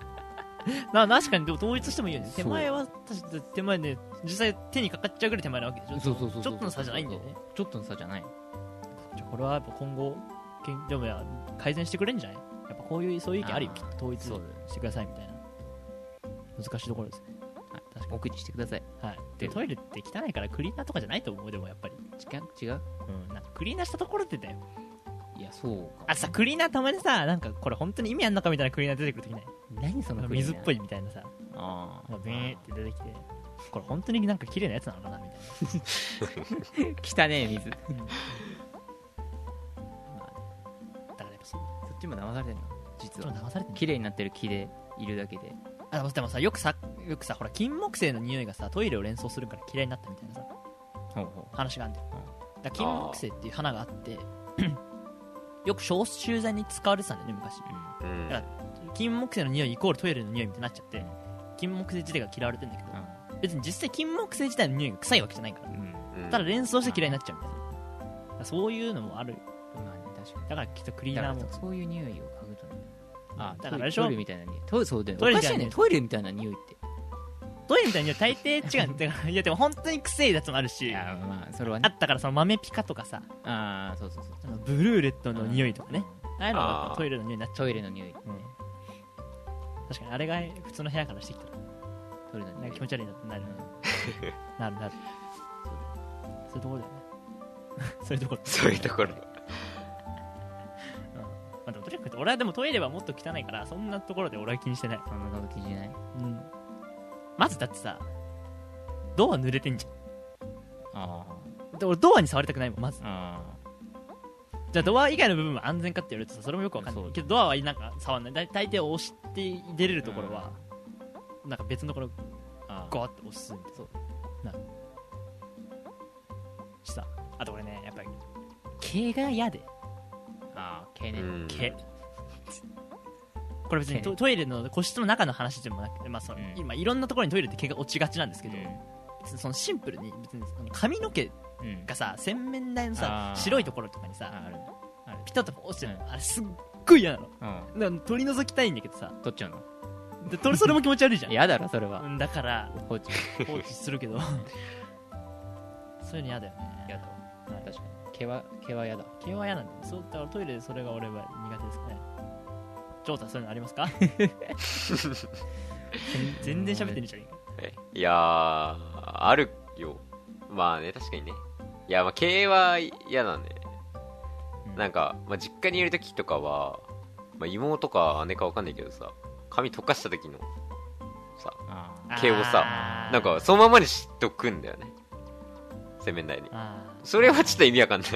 Speaker 2: な確かにでも統一してもいいよね手前は確か手前ね実際手にかかっちゃうぐらい手前なわけでしょ
Speaker 4: そうそうそうそう
Speaker 2: ちょっとの差じゃないんだよね
Speaker 4: ちょっとの差じゃない
Speaker 2: じゃあこれはやっぱ今後けんでもや改善してくれんじゃないやっぱこういうそういう意見あるよ
Speaker 4: あー
Speaker 2: きっと統一
Speaker 4: そうだよ
Speaker 2: してくださいみたいな難しいところですね
Speaker 4: 確か奥にしてください
Speaker 2: はいで
Speaker 4: で
Speaker 2: トイレって汚いからクリーナーとかじゃないと思うでもやっぱり、
Speaker 4: 違う違う
Speaker 2: うん、なんかクリーナーしたところってだよ
Speaker 4: いやそうか
Speaker 2: あとさクリーナーたまにさなんかこれ本当に意味あんのかみたいなクリーナー出てくるときない
Speaker 4: 何そのクリーナ
Speaker 2: 水
Speaker 4: ー
Speaker 2: っぽいみたいなさ
Speaker 4: あ
Speaker 2: なんかビーって出てきてこれ本当になんか綺麗なやつなのかなみたいな
Speaker 4: 汚ねえ水ま
Speaker 2: だか
Speaker 4: あ
Speaker 2: らやっぱそう
Speaker 4: そっちも騙されてるの実
Speaker 2: ちょっ
Speaker 4: は
Speaker 2: と流されてんの
Speaker 4: 綺麗になってる木でいるだけで
Speaker 2: あでもでもさよくさよくさほら金木犀の匂いがさトイレを連想するから嫌いになったみたいなさ
Speaker 4: ほうほ
Speaker 2: 話があるんだよ、だから金木犀っていう花があって よく消臭剤に使われてたんだよね昔
Speaker 4: う
Speaker 3: うん
Speaker 2: だ金木犀の匂いイコールトイレの匂いみたいになっちゃって金木犀自体が嫌われてんだけど、別に実際金木犀自体の匂いが臭いわけじゃないから
Speaker 4: うん、うん、
Speaker 3: うん
Speaker 2: ただ連想して嫌いになっちゃうみたいなだからそういうのもある
Speaker 4: まあね確かに
Speaker 2: だからきっとクリー
Speaker 4: だか
Speaker 2: ナー
Speaker 4: ら
Speaker 2: も
Speaker 4: そういう匂いを嗅ぐとねあ
Speaker 2: だからあれでしょ
Speaker 4: トイレみたいな匂いトイレそうだよ
Speaker 2: トイ
Speaker 4: お
Speaker 2: レ
Speaker 4: か
Speaker 2: じゃ
Speaker 4: し
Speaker 2: ない
Speaker 4: いねトイレみたいな匂いって
Speaker 2: トイレみたいな匂い大抵違うんだよいやでも本当に臭いやつもある
Speaker 4: い
Speaker 2: しあ
Speaker 4: やまあそれは
Speaker 2: っ
Speaker 4: ね
Speaker 2: たからその豆ピカとかさ
Speaker 4: ああそうそうそう
Speaker 2: あのブルーレットの匂いとかねああいうのがやっぱ
Speaker 3: あー
Speaker 2: トイレの匂いになっちゃう
Speaker 4: トイレの匂い
Speaker 2: 確かにあれが普通の部屋からしてきたら
Speaker 4: トイレの
Speaker 2: なんか
Speaker 4: 匂い
Speaker 2: 気持ち悪いなってなるなるなるそういうところだよね そういうところ
Speaker 3: そういうところ
Speaker 2: うんまあでもとにかく俺はでもトイレはもっと汚いからそんなところで俺は気にしてない、
Speaker 4: そんなこと気にしない
Speaker 2: うん、まずだってさドア濡れてんじ
Speaker 4: あ
Speaker 2: ゃんで俺ドアに触りたくないもんまず
Speaker 4: ああ
Speaker 2: じゃあドア以外の部分は安全かって言われるとさそれもよくわかんな
Speaker 4: そ
Speaker 2: いうけどドアはなんか触んないだい大抵押して出れるところは、なんか別のところ
Speaker 4: あ
Speaker 2: ゴーって押すみたいな
Speaker 4: そう
Speaker 2: なるしさあと俺ねやっぱり毛が嫌で
Speaker 4: 毛
Speaker 3: う
Speaker 4: ね、
Speaker 3: ん
Speaker 2: 毛これ別に
Speaker 4: 毛
Speaker 2: ト
Speaker 4: ね
Speaker 2: トイレの個室の中の話でもなくて、まあその
Speaker 4: うん
Speaker 2: 今いろんなところにトイレって毛が落ちがちなんです
Speaker 4: う
Speaker 2: けど、
Speaker 4: ん
Speaker 2: 別にそのシンプルに別にあの髪の毛
Speaker 4: うん
Speaker 2: がさ洗面台のさ
Speaker 4: あー
Speaker 2: 白いところとかに
Speaker 4: ああ
Speaker 2: さ
Speaker 4: るある
Speaker 2: ピタッとこう落ちてるの、
Speaker 4: う
Speaker 2: あれすっごい嫌なの
Speaker 4: う
Speaker 2: だから取り除きたいんだけどさ
Speaker 4: ん取っちゃうの
Speaker 2: でとそれも気持ち悪いじゃん
Speaker 4: 嫌だろそれは
Speaker 2: うんだ から
Speaker 4: 放置
Speaker 2: 放置するけどそういうの嫌だよね
Speaker 4: 嫌だわ
Speaker 2: はい
Speaker 4: 確かに毛は毛は嫌だ
Speaker 2: 毛は嫌なんだよそうだからトイレでそれが俺は苦手ですかねジョータそういうのあります か全然喋ってねえじゃねえか
Speaker 3: えいやーあるよまあね確かにねいやまあ経営は嫌だねなんか、まあ、実家にいる時とかは、まあ、妹か姉か分かんないけどさ髪溶かした時のさ
Speaker 4: あー
Speaker 3: 毛をさ
Speaker 2: あー
Speaker 3: なんかそのままにしとくんだよね洗面台に
Speaker 2: あー
Speaker 3: それはちょっと意味わかんない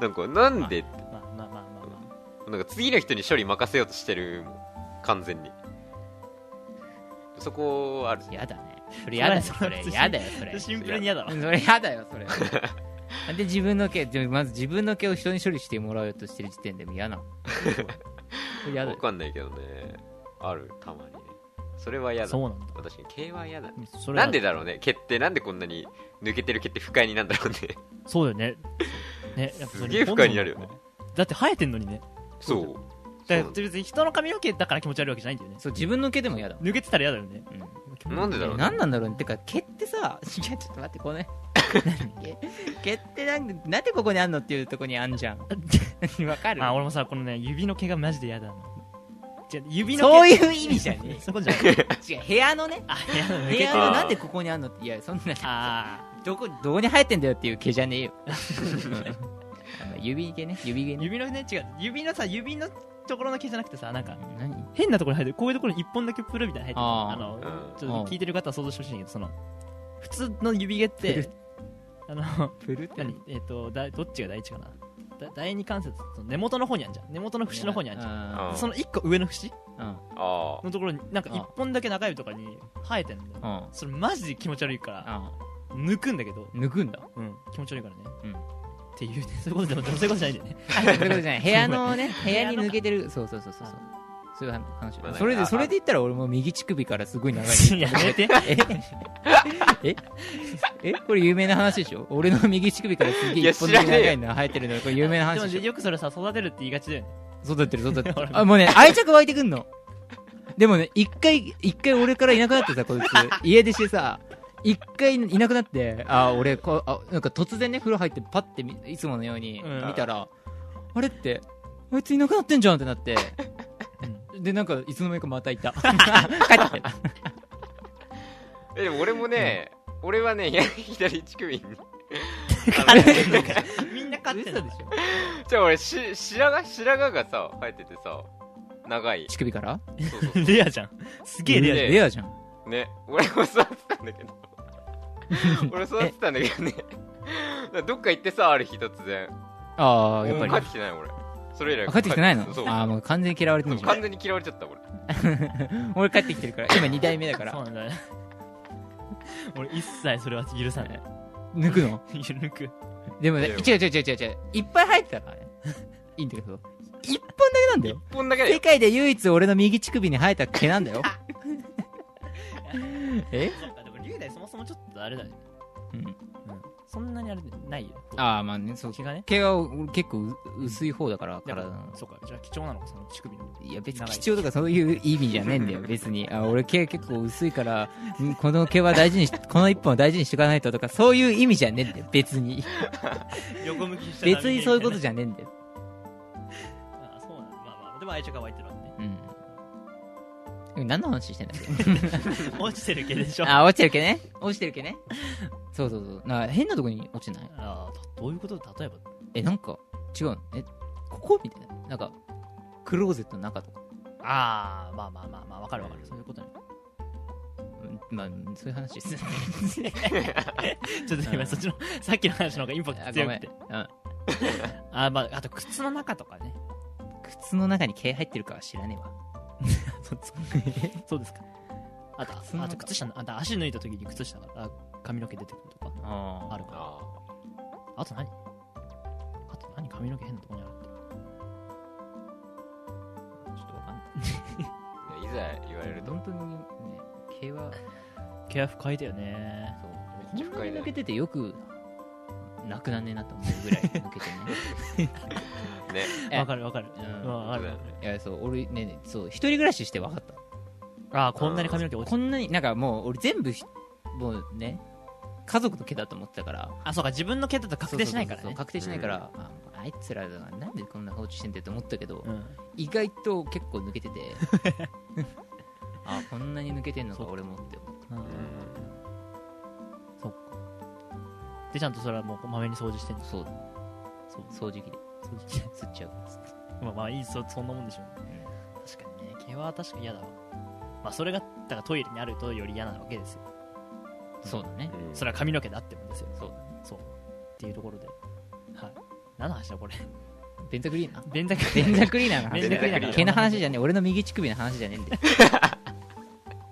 Speaker 3: なんかなんで
Speaker 2: まあまあまあまあま あ
Speaker 3: なんか次の人に処理任せようとしてるもん完全にそこある
Speaker 4: 嫌だねそれ嫌だよ
Speaker 2: そ
Speaker 4: そ
Speaker 2: れ
Speaker 4: れ嫌だよそれ
Speaker 2: シンプルに嫌だわ
Speaker 4: それ嫌だよそれなんで自分の毛でもまず自分の毛を人に処理してもらおうとしてる時点でも嫌なのそれ嫌だ
Speaker 3: わ
Speaker 4: よ
Speaker 3: かんないけどねあるたまにねそれは嫌だ
Speaker 2: そうなんだ
Speaker 3: 私に毛は嫌だ
Speaker 2: それは
Speaker 3: なんでだろうね毛ってなんでこんなに抜けてる毛って不快になんだろうね
Speaker 2: そうだよねねやっぱそれ
Speaker 3: すげえ不快になるよね
Speaker 2: だって生えてんのにね
Speaker 3: そう
Speaker 2: だ
Speaker 3: そ
Speaker 2: か
Speaker 3: う
Speaker 2: ら別に人の髪の毛だから気持ち悪いわけじゃないんだよね
Speaker 4: そう自分の毛でも嫌だ、
Speaker 2: 抜けてたら嫌だよね
Speaker 4: うん、
Speaker 2: う
Speaker 3: なんでだろうね
Speaker 4: 何なんだろうねてか毛ってさ いやちょっと待ってこの辺毛毛ってなんでなんでここにあんのっていうとこにあんじゃんわかる
Speaker 2: あ俺もさこのね指の毛がマジで嫌だなじゃ指の毛
Speaker 4: そういう意味じゃね
Speaker 2: そうじゃない
Speaker 4: え違う部屋のね
Speaker 2: あ部屋の
Speaker 4: 部
Speaker 2: 抜け
Speaker 4: 屋
Speaker 2: て
Speaker 4: のなんでここにあんのっていやそんな
Speaker 2: あ
Speaker 4: どこどこに生えてんだよっていう毛じゃねえよあの指毛ね指毛
Speaker 2: ー
Speaker 4: ね
Speaker 2: 指のね違う指のさ指のところの毛じゃなくてさなんか
Speaker 4: 何
Speaker 2: 変なところに生えてるこういうところに一本だけプルみたいなの
Speaker 4: あ
Speaker 2: 生えて
Speaker 4: ー
Speaker 2: るあの
Speaker 3: うん
Speaker 2: ちょっと聞いてる方は想像してほしいんだけどその普通の指毛っ
Speaker 4: プ
Speaker 2: て
Speaker 4: ル
Speaker 2: あの
Speaker 4: プルって
Speaker 2: 何えっ、とだどっちが第一かなだ第二関節その根元の方にあんじゃん根元の節の方にあんじゃん
Speaker 3: うん
Speaker 2: その一個上の節
Speaker 4: うん
Speaker 3: ああ
Speaker 2: のところになんか一本だけ中指とかに生えてんだよ
Speaker 4: うんうん
Speaker 2: それマジで気持ち悪いから抜くんだけど、
Speaker 4: 抜くんだ
Speaker 2: うん、気持ち悪いからね、
Speaker 4: うん
Speaker 2: ってい うねそういうことでもそういうことじゃないんだよね
Speaker 4: あそういうことじゃない部屋のね部
Speaker 2: 部
Speaker 4: 屋
Speaker 2: 屋の
Speaker 4: に
Speaker 2: か
Speaker 4: 抜けてるそうそうそうそうそうそういう話
Speaker 3: まあなんか
Speaker 4: それで
Speaker 3: あ
Speaker 4: それで言ったら俺も右乳首からすごい長い
Speaker 2: やめて
Speaker 4: え ええこれ有名な話でしょ俺の右乳首からす
Speaker 3: い
Speaker 4: げえ
Speaker 3: や
Speaker 4: 一本だけ
Speaker 3: 知らねえよ
Speaker 4: 長いの生えてるのこれ有名な
Speaker 2: でも
Speaker 4: 話で
Speaker 2: ね
Speaker 4: しょ
Speaker 2: よくそれさ育てるって言いがちだよね
Speaker 4: 育ってる育 ってる
Speaker 2: 俺も
Speaker 4: あもうね愛着湧いてくんのでもね一回一回俺からいなくなってさこいつ家出してさ一回いなくなってあ俺こあなんか突然ね風呂入ってパッてみいつものように
Speaker 2: うん
Speaker 4: 見たら、あれってあいついなくなってんじゃんってな ってでなんかいつの間にかまたいた 帰ってきた
Speaker 3: えでも俺もね、俺はね左乳首に
Speaker 4: あれ
Speaker 2: みんな飼ってん
Speaker 4: 嘘
Speaker 2: の
Speaker 4: でしょ
Speaker 3: じゃあ俺し白髪白髪がさ生えててさ長い
Speaker 4: 乳首から
Speaker 3: そうそう
Speaker 2: レアじゃんすげえレアじ
Speaker 3: ね
Speaker 4: レアじゃん
Speaker 3: ね俺も育てたんだけ ど俺育てたんだけどね どっか行ってさある日突然
Speaker 4: ああやっぱり
Speaker 3: もう帰ってきてない俺それ以来
Speaker 4: あ帰ってきてないの
Speaker 3: そう
Speaker 4: ああもう完全に嫌われて
Speaker 3: そ
Speaker 4: る
Speaker 3: う
Speaker 4: じゃ
Speaker 3: 完
Speaker 4: ん
Speaker 3: 全に嫌われちゃった俺
Speaker 4: 俺帰ってきてるから今2代目だか
Speaker 2: ゃんそう
Speaker 4: ら
Speaker 2: なんだよ俺一切それは許さない
Speaker 4: 抜くの
Speaker 2: 抜く
Speaker 4: でもね、
Speaker 3: いや
Speaker 4: 違う違う違う違う違う。いっぱい入ってたからね。 いいんだけど。一本だけなんだよ。
Speaker 3: 一本だけだ
Speaker 4: 世
Speaker 3: よ
Speaker 4: 界で唯一俺の右乳首に生えた毛なんだ よ。え
Speaker 2: そうかでも龍大そもそもちょっとあれだね
Speaker 4: うん。
Speaker 2: そんなにあれないよ
Speaker 4: ああ、まあね、そう。
Speaker 2: 毛がね
Speaker 4: 毛が結構う薄い方だから、
Speaker 2: だから
Speaker 4: 体の。
Speaker 2: そうかじゃあ貴重なのかその乳首の
Speaker 4: いや別に
Speaker 2: 長い
Speaker 4: 貴重とかそういう意味じゃねえんだよ、 別に。あ俺毛結構薄いから、んこの毛は大事 にし、この一本は大事にしていかないととか、そういう意味じゃねえんだよ、別 に。
Speaker 2: 横向きにし
Speaker 4: 別にそういうことじ
Speaker 2: ゃ
Speaker 4: ゃねえんだよ。
Speaker 2: あそうなんだまあまあでも愛着が湧いてるわけね
Speaker 4: うん。え何の話してんだっ け
Speaker 2: 落ちてる毛でしょ
Speaker 4: あ、落ちてる毛ね。落ちてる毛ね。そうそうそう。なんか変なとこに落ちない
Speaker 2: あーどどういうこと例えば
Speaker 4: え、なんか、違うのえ、ここみたいな。なんか、クローゼットの中とか。
Speaker 2: ああまあまあまあまあわかるわかるそういうことね
Speaker 4: うんまあ、そういう話 です。
Speaker 2: ちょっと
Speaker 4: う
Speaker 2: 今
Speaker 4: ん
Speaker 2: そっちのさっきの話の方がインパクト
Speaker 4: あご
Speaker 2: 強く
Speaker 4: めん
Speaker 2: て。
Speaker 4: うん。
Speaker 2: あーまああと靴の中とかね
Speaker 4: 靴の中に毛入ってるかは知らねえわ。
Speaker 2: そうですかそうですかあと
Speaker 4: 靴の
Speaker 2: あ
Speaker 4: 中
Speaker 2: と靴下のあと足脱いだ時に靴下から髪の毛出てくるとか
Speaker 4: あ
Speaker 2: あるから
Speaker 3: あ
Speaker 2: あと何あと何髪の毛変なとこにあるって
Speaker 3: ざ言われると
Speaker 4: 本当にね毛は
Speaker 2: ケア不快だよね
Speaker 3: そうめっちゃ
Speaker 4: こん
Speaker 3: 深
Speaker 4: ないに
Speaker 3: ね
Speaker 4: 抜けててよくなくなんねえなと思うぐらい 抜けて
Speaker 3: ね
Speaker 4: え
Speaker 2: わかるわかる
Speaker 4: ね、
Speaker 2: うんわかる
Speaker 4: うん、いやそう俺ねねそう一人暮らしして分かった
Speaker 2: ああこんなに髪の毛落ち
Speaker 4: こ
Speaker 2: て
Speaker 4: んなになんかもう俺全部ひもうね家族の毛だと思ってたから
Speaker 2: あそうか自分の毛だと確定しないから
Speaker 4: そうそうそう
Speaker 2: ね
Speaker 4: 確定しないから、ああいつらがなんでこんな放置してんだよと思ったけど、
Speaker 2: うん
Speaker 4: 意外と結構抜けてて あこんなに抜けてんのか
Speaker 2: そう
Speaker 4: 俺もって思っ
Speaker 2: うん
Speaker 3: うん
Speaker 2: でちゃんとそれはもうまめに掃除してんの
Speaker 4: たそう
Speaker 2: そう
Speaker 4: 掃除機で
Speaker 2: 掃除機
Speaker 4: 吸っちゃうっつって
Speaker 2: まあまあいいそそんなもんでしょうね確かにね毛は確かに嫌だわまあそれがだからトイレにあるとより嫌なわけですよ
Speaker 4: そうだね
Speaker 3: うん
Speaker 2: それは髪の毛であってもですよ
Speaker 4: そうだね
Speaker 2: そうっていうところではい何の話だこれ
Speaker 4: ベンザクリーナ ー
Speaker 2: 便座ク
Speaker 4: ベンザクリーナーの
Speaker 2: ベ
Speaker 4: 話
Speaker 2: ンザクリーナー
Speaker 4: 毛の話じゃねえ俺の右乳首の話じゃねえんだよ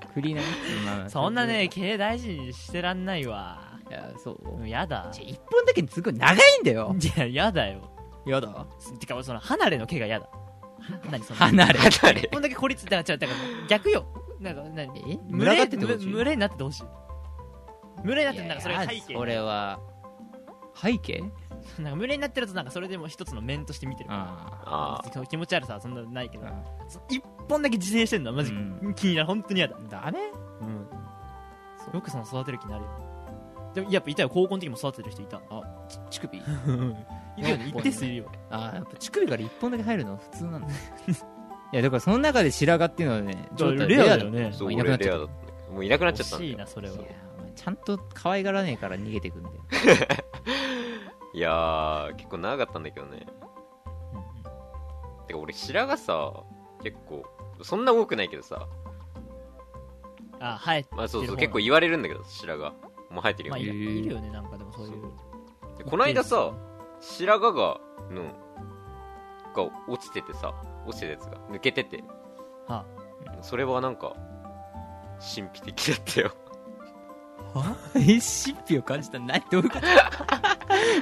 Speaker 4: クリーナーねまあまあ
Speaker 2: そんなね毛大事にしてらんないわ
Speaker 4: いやそう
Speaker 2: うんやだ
Speaker 4: じゃあ一本だけすごい長いんだよ
Speaker 2: いややだよ
Speaker 4: やだ
Speaker 2: てかその離れの毛がやだ何その
Speaker 4: 離れ
Speaker 3: 離れ
Speaker 2: こんだけ孤立だから違うだから逆よなんか何
Speaker 4: え
Speaker 2: 群
Speaker 4: 群が
Speaker 2: れ
Speaker 4: っててほしい
Speaker 2: む群れになっててほしい群れになってるなんかそれが背
Speaker 4: いや
Speaker 2: 景
Speaker 4: それは背景
Speaker 2: なんか群れになってるとなんかそれでも一つの面として見てるか
Speaker 4: あ
Speaker 3: あ
Speaker 2: ら別に気持ち悪さはそんなないけど
Speaker 4: あ
Speaker 2: そ一本だけ自転してんのはマジ
Speaker 4: うん
Speaker 2: 気になる本当に嫌だ
Speaker 4: ダメ
Speaker 2: うん
Speaker 4: そう
Speaker 2: よくその育てる気になるよでもやっぱいたよ高校の時も育ててる人いた
Speaker 4: ち乳首
Speaker 2: いるよね一定数いるよ
Speaker 4: ああやっぱ乳首から1本だけ入るの普通なんだいやだからその中で白髪っていうのはねちょっと
Speaker 2: レアだよ
Speaker 4: ね
Speaker 2: ね
Speaker 3: あそう
Speaker 4: もうい
Speaker 3: 俺
Speaker 4: なく
Speaker 3: レア
Speaker 4: なっちゃ
Speaker 3: だ
Speaker 4: った
Speaker 3: ったもういなくなっちゃったんだ
Speaker 2: 惜しい
Speaker 3: よ
Speaker 2: なそ
Speaker 4: い
Speaker 2: れ
Speaker 4: や
Speaker 2: は
Speaker 4: お前ちゃんと可愛がらねえから逃げてくんだよ
Speaker 3: いやー結構長かったんだけどねてか俺白髪さ結構そんな多くないけどさ
Speaker 2: あ生えてる
Speaker 3: まあそうそ
Speaker 2: 方
Speaker 3: う
Speaker 2: な
Speaker 3: 結構言われるんだけど白髪もう生えてるよ
Speaker 2: まあい
Speaker 3: ね、
Speaker 2: る
Speaker 4: へえ
Speaker 2: いるよねなんかでもそういう
Speaker 3: でこの間さ白髪がのが落ちててさ落ちてたやつが抜けてて
Speaker 2: は
Speaker 3: それはなんか神秘的だった よ
Speaker 4: え神秘を感じたないどういうこと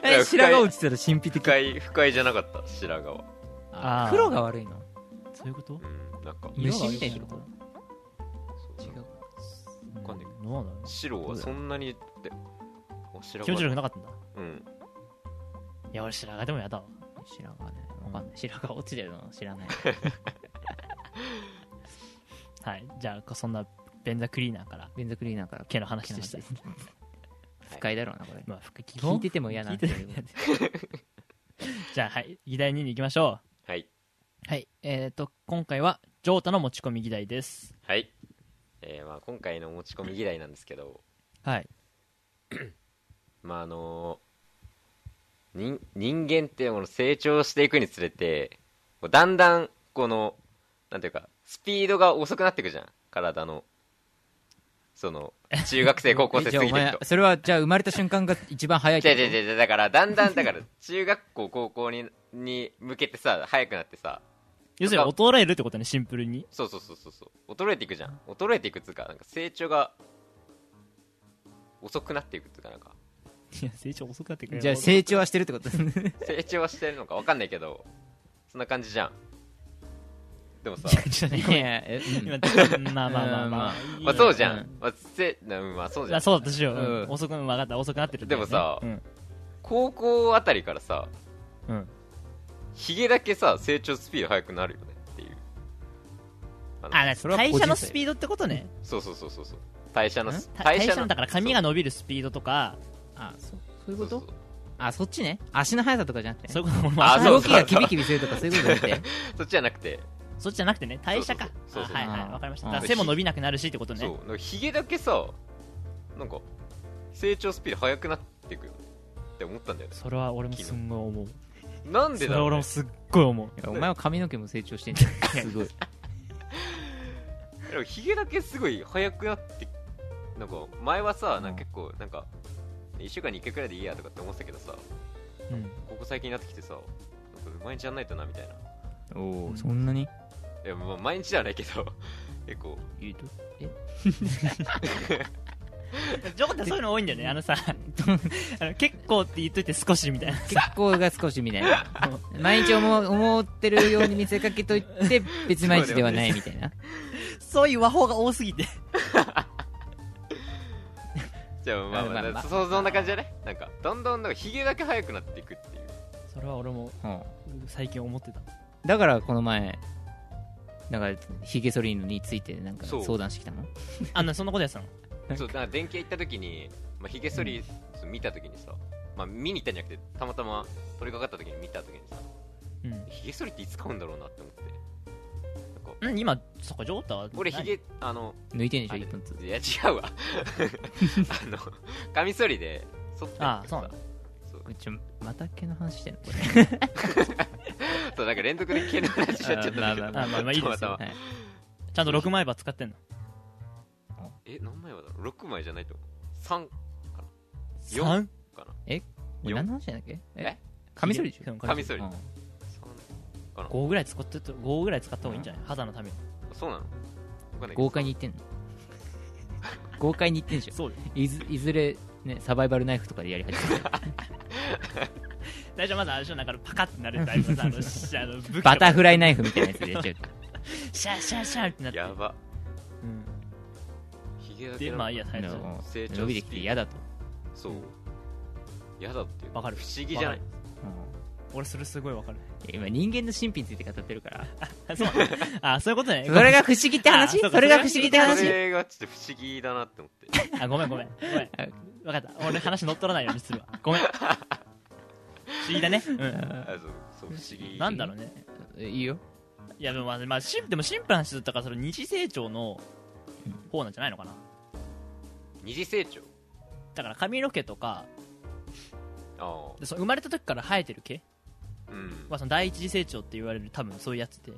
Speaker 3: え白髪落
Speaker 4: ちたら神秘
Speaker 3: 不快不快じゃなかった白髪は
Speaker 2: あー
Speaker 4: 黒が悪いの
Speaker 2: そういうこと
Speaker 3: うんなんか
Speaker 2: 色が
Speaker 4: 虫みたいになるか
Speaker 3: そう
Speaker 4: 違う
Speaker 2: わ
Speaker 3: かんない
Speaker 2: どうなの
Speaker 3: 白はそんなにってお白
Speaker 2: 気持ち悪
Speaker 3: 髪
Speaker 2: くなかったんだ
Speaker 3: うん
Speaker 2: いや俺白髪でもやだわ
Speaker 4: 白髪ねわかんない白髪落ちてるの知らない
Speaker 2: はいじゃあそんな便座クリーナーから
Speaker 4: ベンザクリーナーから
Speaker 2: 毛の話で した
Speaker 4: 毛の話です不快だろうなこれ
Speaker 2: まあ服基
Speaker 4: 聞
Speaker 2: 本
Speaker 4: いてても嫌なんだけど
Speaker 2: じゃあはい議題2に行きましょ
Speaker 3: はい、
Speaker 2: うはいえっ、ー、と今回はジョータの持ち込み議題です
Speaker 3: はいえーまあ、今回の持ち込み議題なんですけど、
Speaker 2: はい
Speaker 3: まああの人人間ってもの成長していくにつれてこうだんだんこのなんていうかスピードが遅くなっていくじゃん体のその中学生高校生
Speaker 4: えじゃ
Speaker 3: 過
Speaker 4: あ
Speaker 3: ぎ
Speaker 4: お
Speaker 3: てい
Speaker 4: 前
Speaker 3: くと
Speaker 4: それはじゃあ生まれた瞬間が一番早いって
Speaker 3: 違う
Speaker 4: こと
Speaker 3: 違う違うだからだんだんだから中学校高校にに向けてさ速くなってさ
Speaker 2: 要するに衰えるってことねシンプルに
Speaker 3: そうそうそうそうそう衰えていくじゃん衰えていくっつうかなんか成長が遅くなっていくっつうかなんか
Speaker 2: いや成長遅くなってくる
Speaker 4: じゃあ成長はしてるってこと
Speaker 3: 成長はしてるのか分かんないけどそんな感じじゃんで もさ
Speaker 2: ちょっとねご
Speaker 4: い
Speaker 2: めん
Speaker 4: やえうん
Speaker 2: 今ちょっとまあまあまあ
Speaker 4: うん
Speaker 2: まあいいよ
Speaker 3: まあそうじゃ、
Speaker 4: うん
Speaker 3: まあ、せなうんまあそうじゃ
Speaker 2: あ
Speaker 3: ん
Speaker 2: そうだとしよう、
Speaker 4: うん
Speaker 2: うん遅く分かった遅くなってるんだよね、
Speaker 3: でもさ
Speaker 2: うん
Speaker 3: 高校あたりからさ
Speaker 2: うん、
Speaker 3: ヒゲだけさ成長スピード速くなるよねっていうあの
Speaker 2: あ
Speaker 4: それは個
Speaker 2: 代
Speaker 4: 人差
Speaker 2: 謝のスピードってことね
Speaker 3: そうそうそうそうそう代謝の
Speaker 4: ん
Speaker 2: た代謝のだから髪が伸びるスピードとか
Speaker 4: あそそうい
Speaker 3: そ
Speaker 4: うこ
Speaker 3: うそう
Speaker 4: と
Speaker 3: そう
Speaker 4: あそっちね足の速さとかじゃなくて
Speaker 2: そういうことも
Speaker 3: あ
Speaker 2: あ
Speaker 3: そう
Speaker 4: 動きがキビキビするとかそういうことじゃなくて
Speaker 3: そっちじゃなくて、
Speaker 2: そっちじゃなくてね代謝か
Speaker 3: そうそうそうそうそう
Speaker 2: あはいはいわかりました
Speaker 4: うん
Speaker 2: だから背も伸びなくなるしってことね
Speaker 3: そうなんかヒゲだけさなんか成長スピード速くなっていくよねって思ったんだよね
Speaker 2: それは俺もすんごい思う
Speaker 3: なん
Speaker 2: そ
Speaker 3: で
Speaker 2: れ
Speaker 3: だ
Speaker 2: は俺
Speaker 3: ろう、ね
Speaker 2: も、すっごい思う
Speaker 4: いやお前は髪の毛も成長してんじゃん すごい
Speaker 3: でもヒゲだけすごい速くなってなんか前はさなんか結構なんか1週間に1回くらいでいいやとかって思ってたけどさ
Speaker 2: うん
Speaker 3: ここ最近になってきてさなんか毎日やんないとなみたいな
Speaker 4: おおそんなに
Speaker 3: いや まあ毎日じゃないけど結構
Speaker 4: 言うとえ
Speaker 2: ジョコってそういうの多いんだよねあのさ あの結構って言っといて少しみたいな
Speaker 4: 結構が少しみたいな 毎日思う思ってるように見せかけといて別に毎日ではないみたいな
Speaker 2: そういう和法が多すぎて
Speaker 3: じゃあまあま
Speaker 4: まあ
Speaker 3: あ、
Speaker 4: まあ
Speaker 3: そうそんな感じじゃないなんかどんどんなんかヒゲだけ早くなっていくっていう
Speaker 2: それは俺も
Speaker 4: うん
Speaker 2: 最近思ってた
Speaker 4: だからこの前なんかヒゲ剃りのについてなんか
Speaker 3: そう
Speaker 4: 相談してきたの
Speaker 2: あのそんなことやってたの
Speaker 3: そうだから電気屋行った時に、まあ、ヒゲ剃り見た時にさ、まあ、見に行ったんじゃなくてたまたま通りかかった時に見た時にさ
Speaker 2: うん
Speaker 3: ヒゲ剃りっていつ買うんだろうなって思ってなんか
Speaker 2: うん今そっかジョコタは
Speaker 3: 俺ヒゲあの
Speaker 4: 抜いてんでし
Speaker 3: あ
Speaker 4: ょ
Speaker 3: れ
Speaker 4: 1分ずつ
Speaker 3: いや違う わあのカミソリで剃ってるから
Speaker 2: あそうなん
Speaker 3: さ
Speaker 2: だ
Speaker 4: うちまた毛の話してんのこ
Speaker 3: そうなんか連続で毛の話しちゃっちゃったんだけど
Speaker 4: あ
Speaker 2: まあまあまあいいですよ
Speaker 3: た またま
Speaker 4: れ、はい、
Speaker 2: ちゃんと6枚刃使ってんの
Speaker 3: え何枚はだろう6枚じゃないと思う四
Speaker 2: 3
Speaker 3: 3かな
Speaker 4: 俺何の話だっけ
Speaker 3: え
Speaker 4: カミソリでしょ
Speaker 3: カミソリ
Speaker 4: うん
Speaker 3: 3かな
Speaker 2: 5ぐらい使ってと5ぐらい使った方がいいんじゃない肌のために
Speaker 3: そうなのわかんないけど
Speaker 4: 豪快にいってんの 豪快にいってんでしょ
Speaker 2: そうよ
Speaker 4: いずいずれ、ね、サバイバルナイフとかでや り始める
Speaker 2: 最初まずあれでしょなんかあのパカってなるタイプのさあのしあの武器の
Speaker 4: バタフライナイフみたいなやつでやっちゃう
Speaker 2: シャーシャーシャーってなって
Speaker 3: やば
Speaker 2: うん
Speaker 3: ヒゲだけ
Speaker 2: でまあいいや最
Speaker 4: あ
Speaker 2: 初
Speaker 4: の
Speaker 3: 成長スピード
Speaker 4: 伸びてきて嫌だと、
Speaker 3: そう嫌だっていう
Speaker 2: わかる
Speaker 3: 不思議じゃな
Speaker 2: わ
Speaker 3: い
Speaker 2: 俺それすごいわかる
Speaker 4: 今人間の神秘について語ってるから
Speaker 2: あ そうなんだあそういうことね
Speaker 4: それが不思議って
Speaker 2: あそ
Speaker 4: 話
Speaker 2: う
Speaker 4: そ
Speaker 2: か
Speaker 4: れが不思議って
Speaker 3: そ
Speaker 4: 話
Speaker 3: れがちょっと不思議だなって思 って
Speaker 2: あごめんごめんごめん 分かった俺話乗っ取らないようにするわごめん不思議だ ねうん
Speaker 3: あそうそう不思議
Speaker 2: なんだろうね
Speaker 4: いいよ
Speaker 2: いやでもまあ、まあ、シンでもシンプルな話だったからそれ二次成長の方なんじゃないのかな
Speaker 3: 二次成長
Speaker 2: だから髪の毛とか
Speaker 3: あ
Speaker 2: でその生まれた時から生えてる毛
Speaker 3: あうん
Speaker 2: はその第一次成長って言われる多分そういうやつで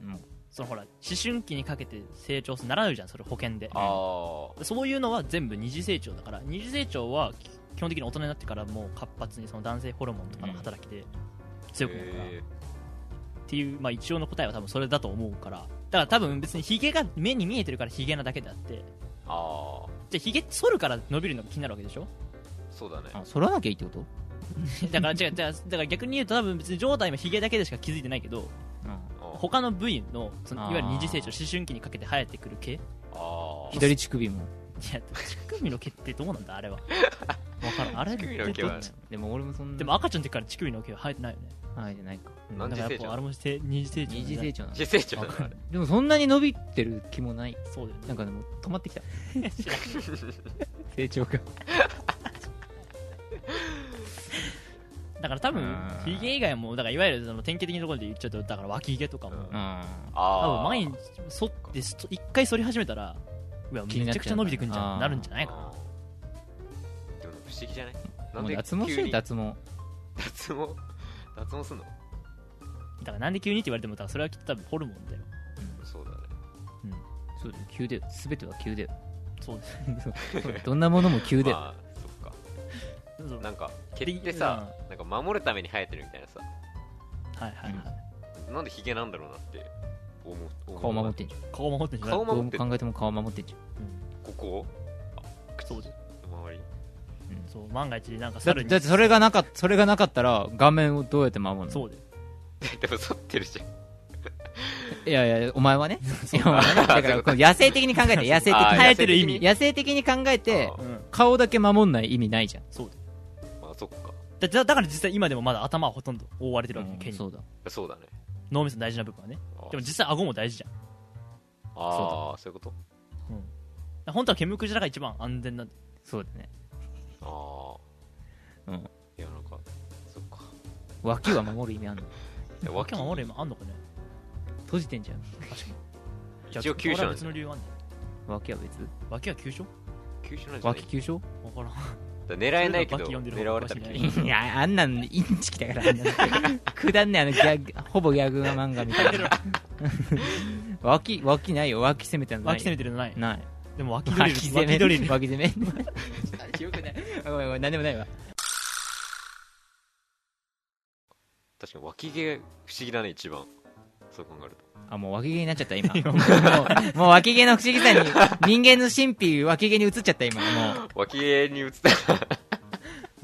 Speaker 4: うん
Speaker 2: そのほら思春期にかけて成長する習うじゃんそれ保険で
Speaker 3: ああ
Speaker 2: そういうのは全部二次成長だから二次成長は基本的に大人になってからもう活発にその男性ホルモンとかの働きで強くなるから、
Speaker 3: へ
Speaker 2: っていう、まあ、一応の答えは多分それだと思うからだから多分別にヒゲが目に見えてるからヒゲなだけであって
Speaker 3: ーああ
Speaker 2: じゃあヒゲ剃るから伸びるのが気になるわけでしょ
Speaker 3: そうだね
Speaker 4: あ反らなきゃいいってこと
Speaker 2: だから違う違うだから逆に言うと多分別に状態もヒゲだけでしか気づいてないけど
Speaker 3: あ
Speaker 2: 他の部位のその
Speaker 4: あー
Speaker 2: いわゆる二次成長思春期にかけて生えてくる毛い
Speaker 3: あー
Speaker 4: 左乳首も
Speaker 2: や乳首の毛ってどうなんだあれは分からんあれ
Speaker 3: 乳首の毛は
Speaker 2: どっち
Speaker 4: でも俺もそんな
Speaker 2: でも赤ちゃんの時から乳首の毛は生えてないよね
Speaker 4: はいじゃないかうん
Speaker 3: なん
Speaker 2: だ
Speaker 3: で
Speaker 2: からやっぱあれもせ二次成長だね
Speaker 4: 二次成長なの
Speaker 3: 二次成長だ
Speaker 4: わ
Speaker 3: ね
Speaker 4: かんないでもそんなに伸びてる気もない
Speaker 2: そうだよね
Speaker 4: なんかでも止まってきた成長が
Speaker 2: だから多分
Speaker 4: あー
Speaker 2: ヒゲ以外もだからいわゆるその典型的なところで言っちゃうとだから脇ヒゲとかも、
Speaker 3: うん
Speaker 4: うん
Speaker 2: 多
Speaker 3: あ
Speaker 2: 分
Speaker 3: あ
Speaker 2: 毎日剃ってす一回剃り始めたらうわ
Speaker 4: 気に
Speaker 2: め
Speaker 4: なっ
Speaker 2: ちゃ
Speaker 4: ちゃう
Speaker 2: くちゃ伸びてくんじゃ
Speaker 4: あ
Speaker 2: ん
Speaker 4: ー
Speaker 2: なるんじゃないか
Speaker 3: あーでも不思議じゃないなん
Speaker 4: もう
Speaker 3: で
Speaker 4: 脱毛し
Speaker 3: 急
Speaker 4: よ
Speaker 3: に
Speaker 4: う脱毛
Speaker 3: 脱毛脱毛すんの
Speaker 2: だからなんで急にって言われてもだからそれはきっと多分ホルモンだよ
Speaker 3: そうだね
Speaker 4: そうだよ急だよ全ては急だよ
Speaker 2: そうです
Speaker 4: どんなものも急だよ、
Speaker 3: まあそっか
Speaker 2: そう
Speaker 3: なんか毛ってさなんか守るために生えてるみたいなさ
Speaker 2: はいはいはい、
Speaker 3: なんでヒゲなんだろうなって思う思う
Speaker 4: 顔守ってんじゃん
Speaker 2: 顔守ってんじゃない
Speaker 3: 顔
Speaker 4: ど
Speaker 3: 守
Speaker 4: う
Speaker 3: って
Speaker 4: 考えても顔守ってんじゃん
Speaker 3: ここ
Speaker 2: そうです
Speaker 3: 周り
Speaker 2: そう万が一なんか
Speaker 4: だって
Speaker 2: 猿に
Speaker 4: だってそれがなかっそれがなかったら画面をどうやって守るの
Speaker 2: そうで
Speaker 3: でも剃ってるじゃん
Speaker 4: いやいやお前はねいやお前はねだからこの野生的に考えて野生的
Speaker 3: あー
Speaker 4: に
Speaker 2: 生えてる意味
Speaker 3: 野生的に
Speaker 4: 野生的に考えて
Speaker 3: あ
Speaker 2: うん
Speaker 4: 顔だけ守んない意味ないじゃん
Speaker 3: まあそっか
Speaker 2: だだだから実際今でもまだ頭はほとんど覆われてるわけ、
Speaker 4: うん
Speaker 2: 毛に
Speaker 4: そうだ
Speaker 3: そうだね
Speaker 2: 脳みその大事な部分はね
Speaker 3: あ
Speaker 2: でも実際顎も大事じゃんだか
Speaker 3: ああそういうこと
Speaker 2: ら本当は毛むくじらが一番安全なんだよ
Speaker 4: そうだね
Speaker 3: ああ
Speaker 4: うん
Speaker 3: いやなんかそっか
Speaker 4: 脇は守る意味あんの
Speaker 3: いや
Speaker 2: わけ
Speaker 3: 脇
Speaker 2: 守る今あんのかね
Speaker 4: 閉じてんじゃん
Speaker 2: じゃあ
Speaker 3: 一応急所
Speaker 2: 俺は
Speaker 3: なん
Speaker 2: 別
Speaker 3: じゃ
Speaker 2: の
Speaker 3: ない
Speaker 2: 理由があんね
Speaker 4: 脇は別
Speaker 2: 脇は急所
Speaker 3: 急所なんじゃない
Speaker 4: 脇急所
Speaker 2: わ からん
Speaker 3: だから狙えないけど
Speaker 2: それでも脇呼んでる
Speaker 3: 狙われたら
Speaker 2: かもしれない
Speaker 3: 急
Speaker 4: いやあんなんインチキだからあんなのくだんねあのギャグほぼギャグ漫画みたいな脇脇ないよ脇攻めてんのない
Speaker 2: 脇攻めてるのない
Speaker 4: ない
Speaker 2: でも脇ドリル
Speaker 4: 脇攻め
Speaker 2: 脇ドリル
Speaker 4: 脇攻めよくないごめんごめん何でもないわ
Speaker 3: 確かに脇毛不思議だね一番そう考えると
Speaker 4: あ、もう脇毛になっちゃっ た、今。もう、もう脇毛の不思議さに、人間の神秘、脇毛に移っちゃった、今。も
Speaker 3: 脇毛に映った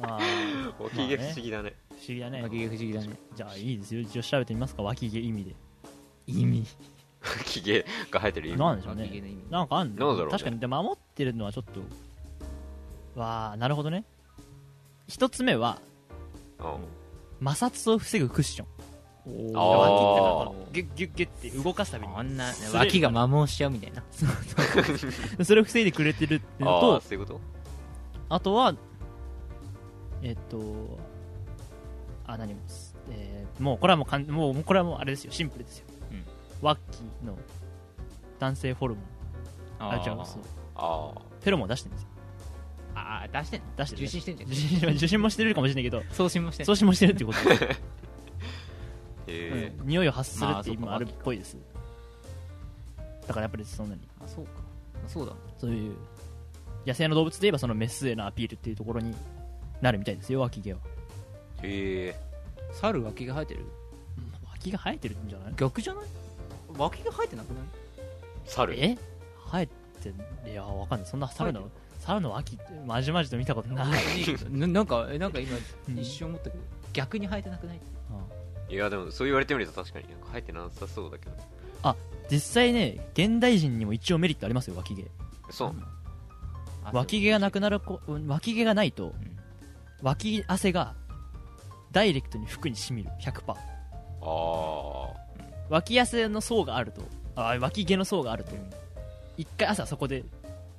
Speaker 2: あー
Speaker 3: 脇毛不
Speaker 2: まあ
Speaker 3: 思
Speaker 2: ね
Speaker 3: 議だね
Speaker 2: 不思議だ
Speaker 4: う、
Speaker 2: ね
Speaker 4: 脇毛不思議だね。
Speaker 2: じゃあいいですよ一応調べてみますか脇毛意味で
Speaker 4: 意味。
Speaker 3: 脇毛が生えてる意味
Speaker 2: なんでしょう
Speaker 4: 脇毛
Speaker 2: ね
Speaker 4: の意味。
Speaker 2: なんかあん
Speaker 3: なんだろうね
Speaker 2: 確かにで守ってるのはちょっとわあなるほどね一つ目は
Speaker 3: うん
Speaker 2: 摩擦を防ぐクッション
Speaker 3: あ
Speaker 4: お
Speaker 3: ー
Speaker 2: 脇ってなんかギュッギュッギュッって動かすために
Speaker 4: あんな
Speaker 2: す、れ
Speaker 4: 脇が摩耗しちゃうみたいな。
Speaker 2: それを防いでくれてるっていうの
Speaker 3: ああ
Speaker 2: と
Speaker 3: そういうこと
Speaker 2: あとはえっ、とあ何もす、えーもうこれはもうかんもうこれはもうあれですよシンプルですよ、
Speaker 4: うん
Speaker 2: ワッキーの男性ホルモンあ違うそう
Speaker 3: ああ
Speaker 2: フェロモン出してるんですよ
Speaker 4: あー出してんの
Speaker 2: 出してる
Speaker 4: 受信してんじゃん
Speaker 2: 受。信受信もしてるかもしれないけど
Speaker 4: 送信もしてん
Speaker 2: 送信もしてるってことで、
Speaker 3: へえ
Speaker 2: うん匂いを発するっ
Speaker 4: まあ
Speaker 2: て
Speaker 4: そうか
Speaker 2: 今あるっぽいです、だからやっぱりそんなに
Speaker 4: あ、そうか。そうだ。
Speaker 2: そういう野生の動物で言えばそのメスへのアピールっていうところになるみたいですよ脇毛は
Speaker 3: へえ
Speaker 4: 猿脇が生えてる
Speaker 2: 脇が生えてるんじゃない
Speaker 4: 逆じゃない脇が生えてなくない
Speaker 3: 猿
Speaker 2: え生えてんいやわかんないそんな猿の猿の脇ってまじまじと見たことない、
Speaker 4: な なんかえなんか今
Speaker 2: うん
Speaker 4: 一瞬思ったけど逆に生えてなくない
Speaker 3: いやでもそう言われてみると確かになんか生えてなさそうだけど
Speaker 2: 実際ね現代人にも一応メリットありますよ脇毛
Speaker 3: そう
Speaker 2: 脇毛がなく
Speaker 4: な
Speaker 2: なる子うん脇毛がないと
Speaker 4: ん
Speaker 2: 脇汗がダイレクトに服に染みる100%
Speaker 3: ああ
Speaker 2: 脇汗の層があるとあ脇毛の層があると
Speaker 4: うん
Speaker 2: 一回朝そこで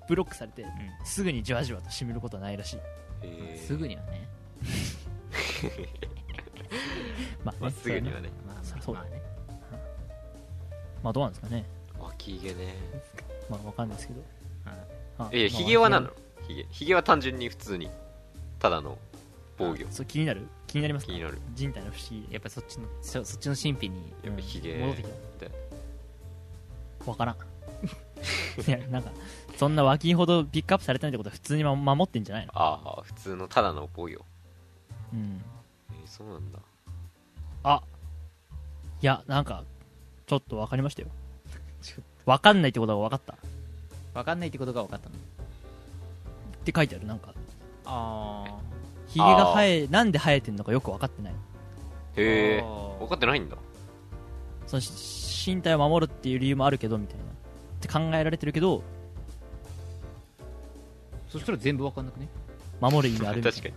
Speaker 2: ブロックされてすぐにじわじわと染みることはないらしい
Speaker 3: へえ
Speaker 4: すぐにはね
Speaker 2: まあ
Speaker 3: まあ
Speaker 2: ね
Speaker 3: すぐにはね
Speaker 4: まあま
Speaker 2: そ
Speaker 4: あ
Speaker 2: そう
Speaker 4: まあね
Speaker 2: まあどうなんですかね
Speaker 3: 脇毛ね
Speaker 2: まあわかんないですけどはい
Speaker 3: え
Speaker 2: まあ
Speaker 3: ヒゲは何なのヒゲヒゲは単純に普通にただの防御
Speaker 2: そう気になる気になりますか
Speaker 3: 気になる
Speaker 2: 人体の不思議
Speaker 4: やっぱそっちのそそっちの神秘に
Speaker 3: やっぱヒゲ
Speaker 2: 戻ってき
Speaker 3: た
Speaker 2: たわからん いやなんかそんな脇ほどピックアップされてないってことは普通にま守ってんじゃないの
Speaker 3: ああ普通のただの防御え
Speaker 2: うん
Speaker 3: ーそうなんだ
Speaker 2: あいやなんかちょっとわかりましたよわかんないってことが分かったっ
Speaker 4: 分かんないってことが分かったの
Speaker 2: て書いてあるなんか
Speaker 4: あ
Speaker 2: ヒゲが生えなんで生えてんのかよく分かってない
Speaker 3: へえ
Speaker 4: あー
Speaker 3: 分かってないんだ
Speaker 2: そのし身体を守るっていう理由もあるけどみたいなって考えられてるけど
Speaker 4: そしたら全部分かんなくね
Speaker 2: 守る意味ある
Speaker 3: 確
Speaker 2: みた
Speaker 3: かに
Speaker 2: い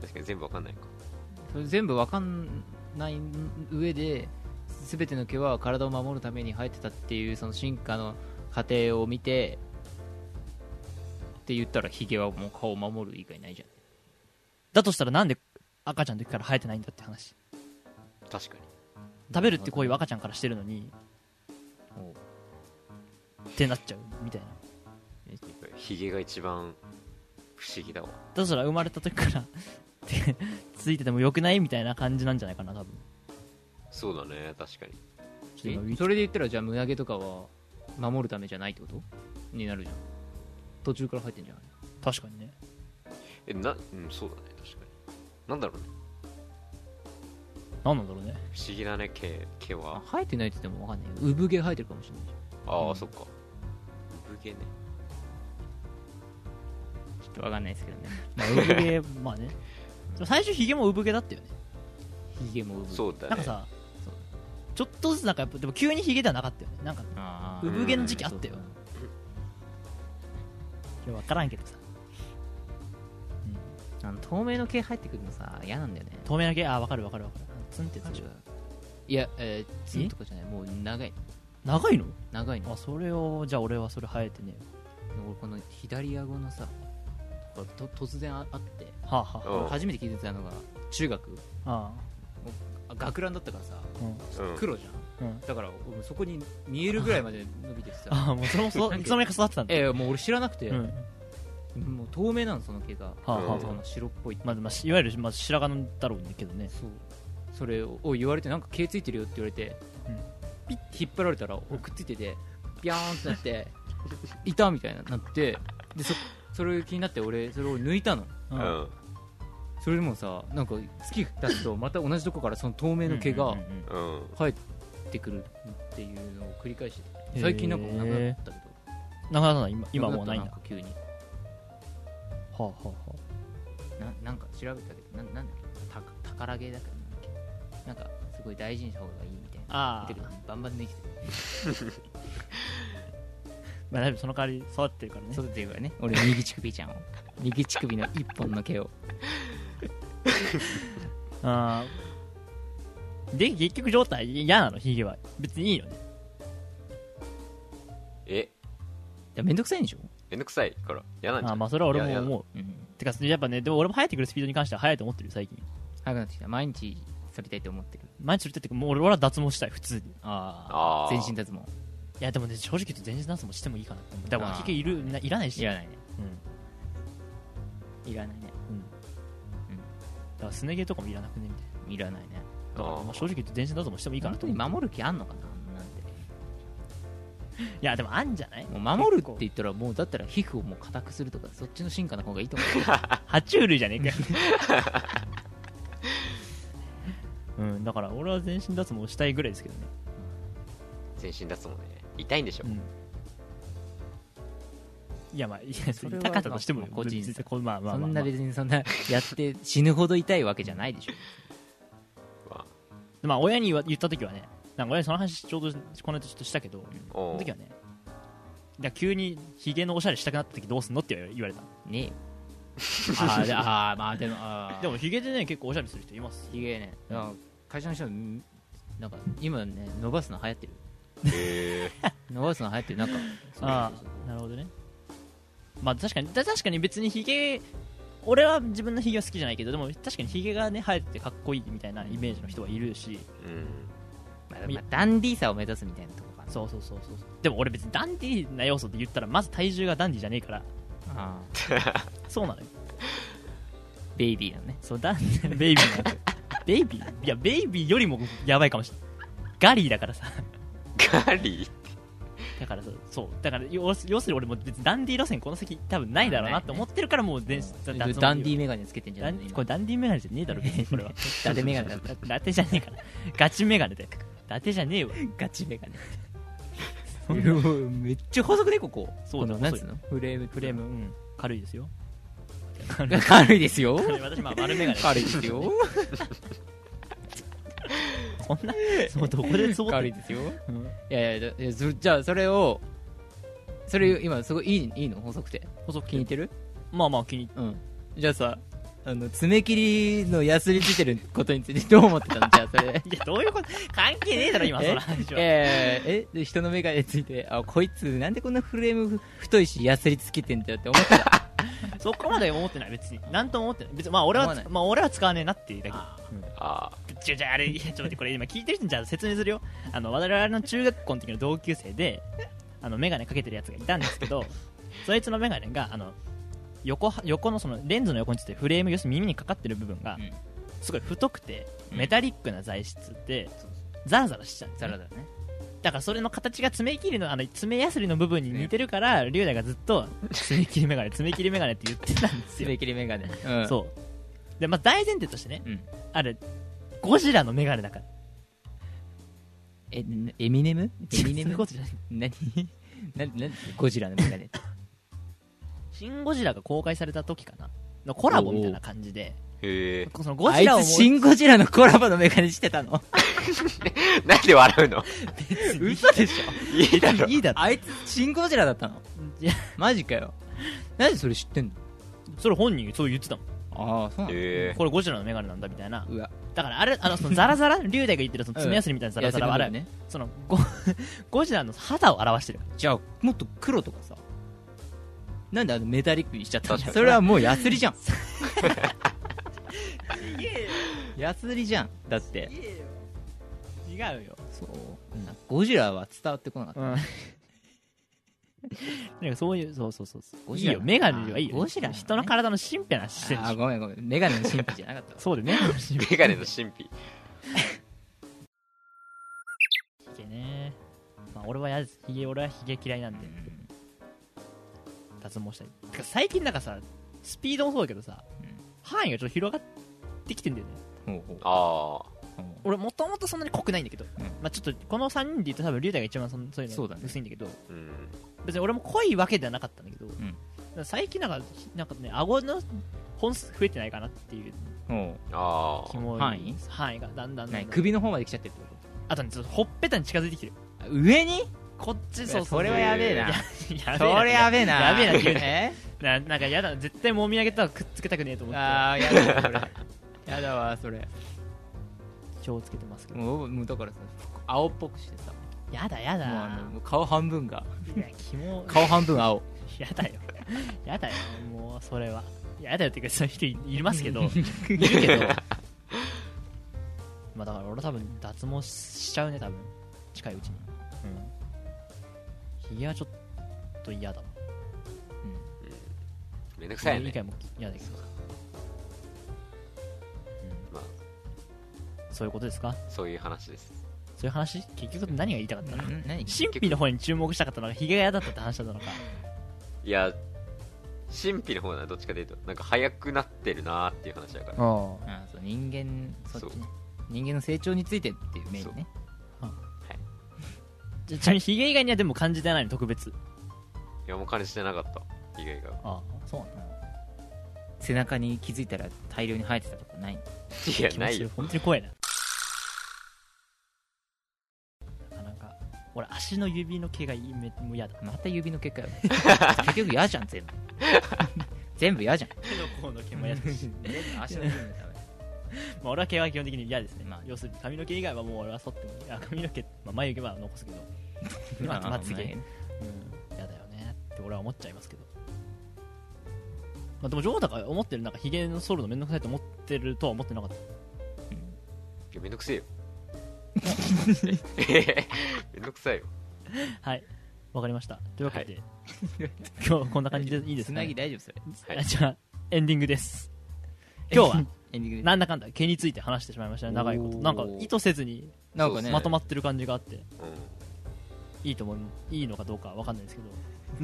Speaker 2: な
Speaker 3: 確かに全部分かんないか
Speaker 4: それ全部分かんない上で全ての毛は体を守るために生えてたっていうその進化の過程を見てって言ったらヒゲはもう顔を守る以外ないじゃん
Speaker 2: だとしたらなんで赤ちゃんの時から生えてないんだって話
Speaker 3: 確かに
Speaker 2: 食べるって行為は赤ちゃんからしてるのに
Speaker 4: おう
Speaker 2: ってなっちゃうみたいな
Speaker 3: ヒゲが一番不思議だわ
Speaker 2: だとしたら生まれた時から ってついててもよくないみたいな感じなんじゃないかな多分
Speaker 3: そうだね確かに
Speaker 2: ちょっと今
Speaker 4: えそれで言ったらじゃあ胸毛とかは守るためじゃないってことになるじゃん途中から入ってんじゃない
Speaker 2: 確かにね
Speaker 3: えなうんそうだね確かになんだろうね
Speaker 2: 何なんだろう ね
Speaker 3: 不思議だね毛毛
Speaker 4: あ
Speaker 3: は
Speaker 4: 生えてないって言っても分かんないよ産毛生えてるかもしれないじ
Speaker 3: ああ、
Speaker 2: うん
Speaker 3: そっか産毛ね
Speaker 4: ゃんちょっと分かんないですけどね
Speaker 2: まあ産毛まあね最初ヒゲも産毛だったよね
Speaker 4: ヒゲも産毛
Speaker 3: そううだね
Speaker 2: なんかさ
Speaker 4: そう
Speaker 2: ちょっとずつなんかやっぱでも急にヒゲではなかったよねなんか
Speaker 4: あー
Speaker 2: 産毛の時期あったよ
Speaker 4: うん
Speaker 2: 分からんけどさ
Speaker 4: あの透明の毛入ってくるのさ嫌なんだよね
Speaker 2: 透明な毛あ分かる分かる分かるツンってやつでしょ
Speaker 4: いや、えー、ツンとかじゃないもう長い
Speaker 2: 長いの
Speaker 4: 長いの
Speaker 2: あそれをじゃあ俺はそれ生えてね
Speaker 4: 俺この左顎のさこれと突然ああって
Speaker 2: はあはあ
Speaker 3: うん
Speaker 4: 俺初めて気づいたのが中学
Speaker 2: あ
Speaker 4: あ学ランだったからさ
Speaker 2: あう
Speaker 3: うん
Speaker 4: 黒じゃん
Speaker 2: んうん
Speaker 4: だから俺そこに見えるぐらいまで伸びててさ
Speaker 2: ああもうそれもそ
Speaker 4: なん
Speaker 2: い
Speaker 4: か
Speaker 2: つの間にか育ってたんだ
Speaker 4: ええもう俺知らなくて、
Speaker 2: うんは
Speaker 4: もう透明なのその毛が
Speaker 2: あはあは
Speaker 4: そ
Speaker 2: あ
Speaker 4: の白っぽい、
Speaker 2: まあ、まあ、いわゆる、まあ、白髪だろうけどね、
Speaker 4: そうそれをおい言われてなんか毛ついてるよって言われて、
Speaker 2: うん
Speaker 4: ピッて引っ張られたら俺くっついててビャーンってなって いたみたいになってでそそれ気になって俺それを抜いたの
Speaker 2: う
Speaker 3: うんん、うん
Speaker 4: それでもさなんか月経つとまた同じとこからその透明の毛が
Speaker 2: うんうんうん
Speaker 3: うん
Speaker 4: 生えててくるっていうのを繰り返して
Speaker 2: へー
Speaker 4: 最近なんかもうなくなったけど
Speaker 2: なかなかない今今はもうないんだ
Speaker 4: く
Speaker 2: は
Speaker 4: ったか急に
Speaker 2: あ、はあは
Speaker 4: ななんか調べたけどなんなんだっけた宝ゲーだけどなんだっけなんかすごい大事にした方がいいみたいな
Speaker 2: あ、あ
Speaker 4: だけど
Speaker 2: ー
Speaker 4: バンバン抜いてて
Speaker 2: まあだいぶその代わり育ってるからね
Speaker 4: 育てるからね俺右乳首ち ゃんを右乳首の一本の毛を
Speaker 2: あーで結局状態嫌なのヒゲは別にいいよね
Speaker 3: え
Speaker 4: だめんどくさいんでしょ、
Speaker 3: めんどくさいから嫌なんじゃ
Speaker 2: あ
Speaker 3: ん
Speaker 2: ーまあそれは俺
Speaker 3: い
Speaker 2: も
Speaker 3: やいや
Speaker 2: 思う
Speaker 4: うん、
Speaker 2: てかやっぱねでも俺も生えてくるスピードに関しては速いと思ってるよ最近
Speaker 4: 早くなってきた毎日剃りたいと思ってる
Speaker 2: 毎日するってってかもう俺は脱毛したい普通にい
Speaker 4: あ
Speaker 3: あ
Speaker 4: あ
Speaker 3: ー
Speaker 4: 全身脱毛
Speaker 2: やでもね正直言うと全身脱毛してもいいかなって思うだから
Speaker 4: あー
Speaker 2: ヒゲいるないらないし
Speaker 4: いらないね
Speaker 2: うん
Speaker 4: いらないね
Speaker 2: だからすね毛とかもいらなくねみたい
Speaker 4: いらないね
Speaker 2: なだから
Speaker 3: あー
Speaker 2: まあ正直言うと全身脱毛してもいいかな
Speaker 4: 本
Speaker 2: と
Speaker 4: 当
Speaker 2: 思
Speaker 4: に
Speaker 2: う
Speaker 4: 守る気あんのかなあんなんて
Speaker 2: いやでもあんじゃない
Speaker 4: もう守るって言ったらもうだったら皮膚をもう硬くするとかそっちの進化の方がいいと思う
Speaker 2: 爬虫類じゃ ねえかようんだから俺は全身脱毛したいぐらいですけどね、
Speaker 3: 全身脱毛ね痛いんでしょ、
Speaker 2: うん、いやまあいや
Speaker 4: それは
Speaker 2: 痛かったとしても
Speaker 4: まあ個人差
Speaker 2: 別にこうまあまあ
Speaker 4: そ
Speaker 2: まあ、ま
Speaker 4: んな
Speaker 2: あ、
Speaker 4: 別にそんなやって死ぬほど痛いわけじゃないでしょ
Speaker 3: ま
Speaker 2: まあ親には言った時はねなんか親にその話ちょうどこの間ちょっとしたけど
Speaker 3: あ、
Speaker 2: そ
Speaker 3: お
Speaker 2: の
Speaker 3: う
Speaker 2: 時はねだから急にヒゲのおしゃれしたくなった時どうすんのって言 われた
Speaker 4: ねえあーであーまあでもあ
Speaker 2: で
Speaker 4: も
Speaker 2: もヒゲでね結構おしゃれする人います
Speaker 4: ひげねあ会社の人んなんか今ね伸ばすの流行ってる
Speaker 3: へえ
Speaker 4: 伸ばすの流行ってるなんかそう
Speaker 2: あ
Speaker 4: そうそう
Speaker 2: あなるほどねまあ確かにだ確かに別にヒゲ俺は自分のヒゲは好きじゃないけどでも確かにヒゲがね生えててかっこいいみたいなイメージの人はいるし
Speaker 3: うん
Speaker 4: まあまあダンディーさを目指すみたいなとこかな
Speaker 2: そうそうそうそうでも俺別にダンディーな要素って言ったらまず体重がダンディーじゃねえから
Speaker 4: あー
Speaker 2: そうなのよ
Speaker 4: ベイビーのね
Speaker 2: そうダンベイビーなのベイビーいやベイビーよりもやばいかもしれないガリーだからさ
Speaker 3: ガリ
Speaker 2: だからさそうだから要す要するに俺も別にダンディー路線この先多分ないだろうなって思ってるからもう全
Speaker 4: ダンディーメガネつけてんじゃ
Speaker 2: ダ
Speaker 4: ない
Speaker 2: ン
Speaker 4: の
Speaker 2: これダンディーメガネじゃねえだろ別 にこれは
Speaker 4: 伊達メガネだった
Speaker 2: 伊達じゃねえからガチメガネで伊達じゃねえよ
Speaker 4: ガチ メガネめっちゃ細くねここ
Speaker 2: そうだ
Speaker 4: このなんつうのフレーム
Speaker 2: フ
Speaker 4: フ
Speaker 2: レーム、うん、軽いですよ軽い
Speaker 4: 軽いですよ
Speaker 2: 私 まあ丸メガネ
Speaker 4: 軽いですよ
Speaker 2: そんな そうどこでそう
Speaker 4: 軽いですよ
Speaker 2: うん
Speaker 4: いやいやいやそじゃあそれをそれ今すごいいいいいの細くて
Speaker 2: 細く
Speaker 4: 気に入ってる
Speaker 2: まあまあ気に入っ
Speaker 4: うんじゃあさあの爪切りのヤスリついてることについてどう思って たのじゃあそれ
Speaker 2: ていやどういうこと関係 ねえだろ今その話は
Speaker 4: えええで人の眼鏡ついてあこいつなんでこんなフレームふ太いしヤスリつけてんだよって思ったら
Speaker 2: そこまで思ってない別に何とも思ってない別にまあ俺
Speaker 4: 思
Speaker 2: は
Speaker 4: わない
Speaker 2: まあ俺は使わねえなっていうだけ
Speaker 3: ーああ
Speaker 2: ちょ、ちょ、あれ、いやちょっと待って、これ今聞いてる人にじゃあ説明するよ。あの、我々の中学校の時の同級生で、あの、メガネかけてるやつがいたんですけ ど、そいつのメガネが、あの、横は、横のその、レンズの横についてフレーム、要するに耳にかかってる部分が
Speaker 4: うん、
Speaker 2: すごい太くて、
Speaker 4: うん
Speaker 2: メタリックな材質で、ザラザラしちゃう、
Speaker 4: サラダね
Speaker 2: だからそれの形が爪切りの、あの、爪やすりの部分に似てるから、龍大がずっと、爪切りメガネ、爪切りメガネって言ってたんですよ。
Speaker 4: 爪切りメガネうん
Speaker 2: そう。で、まあ大前提としてね、
Speaker 4: うん
Speaker 2: あれ、ゴジラのメガネだから。
Speaker 4: えんエミネムエミ
Speaker 2: そう
Speaker 4: ネ
Speaker 2: い
Speaker 4: ム
Speaker 2: うことじゃない
Speaker 4: 何 なんなんゴジラのメガネ
Speaker 2: シン・ゴジラが公開された時かなのコラボみたいな感じで
Speaker 3: へえ
Speaker 2: そのゴ
Speaker 4: あ
Speaker 2: ジ
Speaker 4: い
Speaker 2: ラを
Speaker 4: つ
Speaker 2: もう
Speaker 4: シン・ゴジラのコラボのメガネしてたの
Speaker 3: なんで笑うの
Speaker 4: 嘘でし
Speaker 3: いいだろ
Speaker 2: いいだろ
Speaker 4: あいつシン・ゴジラだったの
Speaker 2: いや
Speaker 4: マジかよなんでそれ知ってんの
Speaker 2: それ本人そう言ってたもん
Speaker 4: ああそうなの
Speaker 3: へえ
Speaker 2: これゴジラのメガネなんだみたいな
Speaker 4: うわ
Speaker 2: だからあれあのそのザラ ザラ龍大が言ってるその爪やすりみたいなザラザラはあれ、
Speaker 4: 痩せるのね
Speaker 2: そのゴ ゴジラの肌を表してる
Speaker 4: じゃあもっと黒とかさなんであのメタリックにしちゃったの
Speaker 3: 確かに
Speaker 4: それはもうヤスリじゃんヤスリじゃんだって
Speaker 2: 違うよ、
Speaker 4: そうゴジラは伝わってこなかった
Speaker 2: うん、なんかそういうそうそうそうそう
Speaker 4: ゴ
Speaker 2: い
Speaker 4: ジ
Speaker 2: い
Speaker 4: ラ
Speaker 2: よメガネはいいよ
Speaker 4: ゴジラのね
Speaker 2: 人の体の神秘な視点
Speaker 4: あーごめんごめんメガネの神秘じゃなかったわ
Speaker 2: そうでメガネの神秘
Speaker 3: メガネの神秘
Speaker 2: ヒゲねまあ俺はやですヒゲ俺はヒゲ嫌いなんで脱毛したりてか最近なんかさスピードもそうだけどさ、
Speaker 4: うん
Speaker 2: 範囲がちょっと広がってきてんだよね
Speaker 4: ほうほう
Speaker 3: ああ
Speaker 4: ほう
Speaker 2: 俺もともとそんなに濃くないんだけど、
Speaker 4: うん
Speaker 2: まあ、ちょっとこの3人で言うと多分龍太が一番そんそういう
Speaker 4: そう
Speaker 2: の
Speaker 4: だね
Speaker 2: 薄いんだけど
Speaker 3: うん
Speaker 2: 別に俺も濃いわけではなかったんだけど、
Speaker 4: ん
Speaker 2: 最近なんかなんかね顎の本数増えてないかなっていう
Speaker 4: おう
Speaker 3: あ
Speaker 2: 気も
Speaker 4: 範囲
Speaker 2: 範囲がだんだんだんだ
Speaker 4: 何
Speaker 2: ん
Speaker 4: 首の方まで来ちゃってるってこ
Speaker 2: あとねちょっとほっぺたに近づいてきてる
Speaker 4: と上に
Speaker 2: こっちそうそう
Speaker 4: それはやべえ
Speaker 2: い
Speaker 4: な
Speaker 2: ややべえな
Speaker 4: それやべえな
Speaker 2: やべえなって言うね
Speaker 4: え
Speaker 2: ななんかやだ絶対もみあげたらくっつけたくねえと思って
Speaker 4: ああやだわそれやだわそれ
Speaker 2: 気をつけてますけど
Speaker 4: もうもうだからさ青っぽくしてさも
Speaker 2: やだや
Speaker 4: う
Speaker 2: だ
Speaker 4: あのもう顔半分が
Speaker 2: いやキモ
Speaker 4: 顔半分青
Speaker 2: やだよ やだよもうそれはやだよっていうかそういう人いいます けどいるけどまあだから俺多分脱毛しちゃうね多分近いうちにうんひげはちょっと嫌だわ
Speaker 3: ーめんどくさいよ
Speaker 2: 理
Speaker 3: ね
Speaker 2: 解も嫌だけどうん
Speaker 3: まあ
Speaker 2: そういうことですか
Speaker 3: そういう話です
Speaker 2: そういう話結局何が言いたかったの
Speaker 4: ん何
Speaker 2: 神秘の方に注目したかったのかひげが嫌だったって話だったのか
Speaker 3: いや神秘の方などっちかというとなんか早くなってるなーっていう話だから
Speaker 2: あ
Speaker 4: あーそう人間そっち
Speaker 3: そ
Speaker 4: ね人間の成長についてっていうメインね
Speaker 2: ちなみにひげ以外にはでも感じてないの特別
Speaker 3: いやもう感じてなかった以外が
Speaker 2: ああそうなんだ
Speaker 4: 背中に気づいたら大量に生えてたとかない
Speaker 3: いや
Speaker 2: 気持
Speaker 3: な
Speaker 2: ち
Speaker 3: い
Speaker 2: いい
Speaker 3: よ
Speaker 2: 本当に怖いななかなか俺足の指の毛がいいめもう嫌だ
Speaker 4: また指の毛かよ結局嫌じゃん全部全部嫌じゃん
Speaker 2: 手の甲の毛も嫌だし
Speaker 4: 足の部分のため
Speaker 2: まあ俺は毛は基本的に嫌ですね、
Speaker 4: まあ
Speaker 2: 要するに髪の毛以外はもう俺は剃ってもいいあ髪の毛、まあ、眉毛は残すけどまあまつ毛うん嫌だよねって俺は思っちゃいますけど、まあ、でも女王だから思ってるなんかひげの剃るのめんどくさいと思ってるとは思ってなかった
Speaker 3: いやめんどくせえ よえめんどくさいよ
Speaker 2: はいわかりましたというわけで、 今日はこんな感じでいいです
Speaker 4: つ
Speaker 2: か、
Speaker 4: な
Speaker 2: ね
Speaker 4: ぎ、大丈夫それ
Speaker 3: はい
Speaker 2: じゃあエンディングです今日は
Speaker 4: エンディングで
Speaker 2: なんだかんだ毛について話してしまいましたね長いこと
Speaker 4: おー
Speaker 2: なんか意図せずに
Speaker 4: なんかね
Speaker 2: まとまってる感じがあって
Speaker 3: う
Speaker 2: いいと思ういいのかどうかわかんないですけ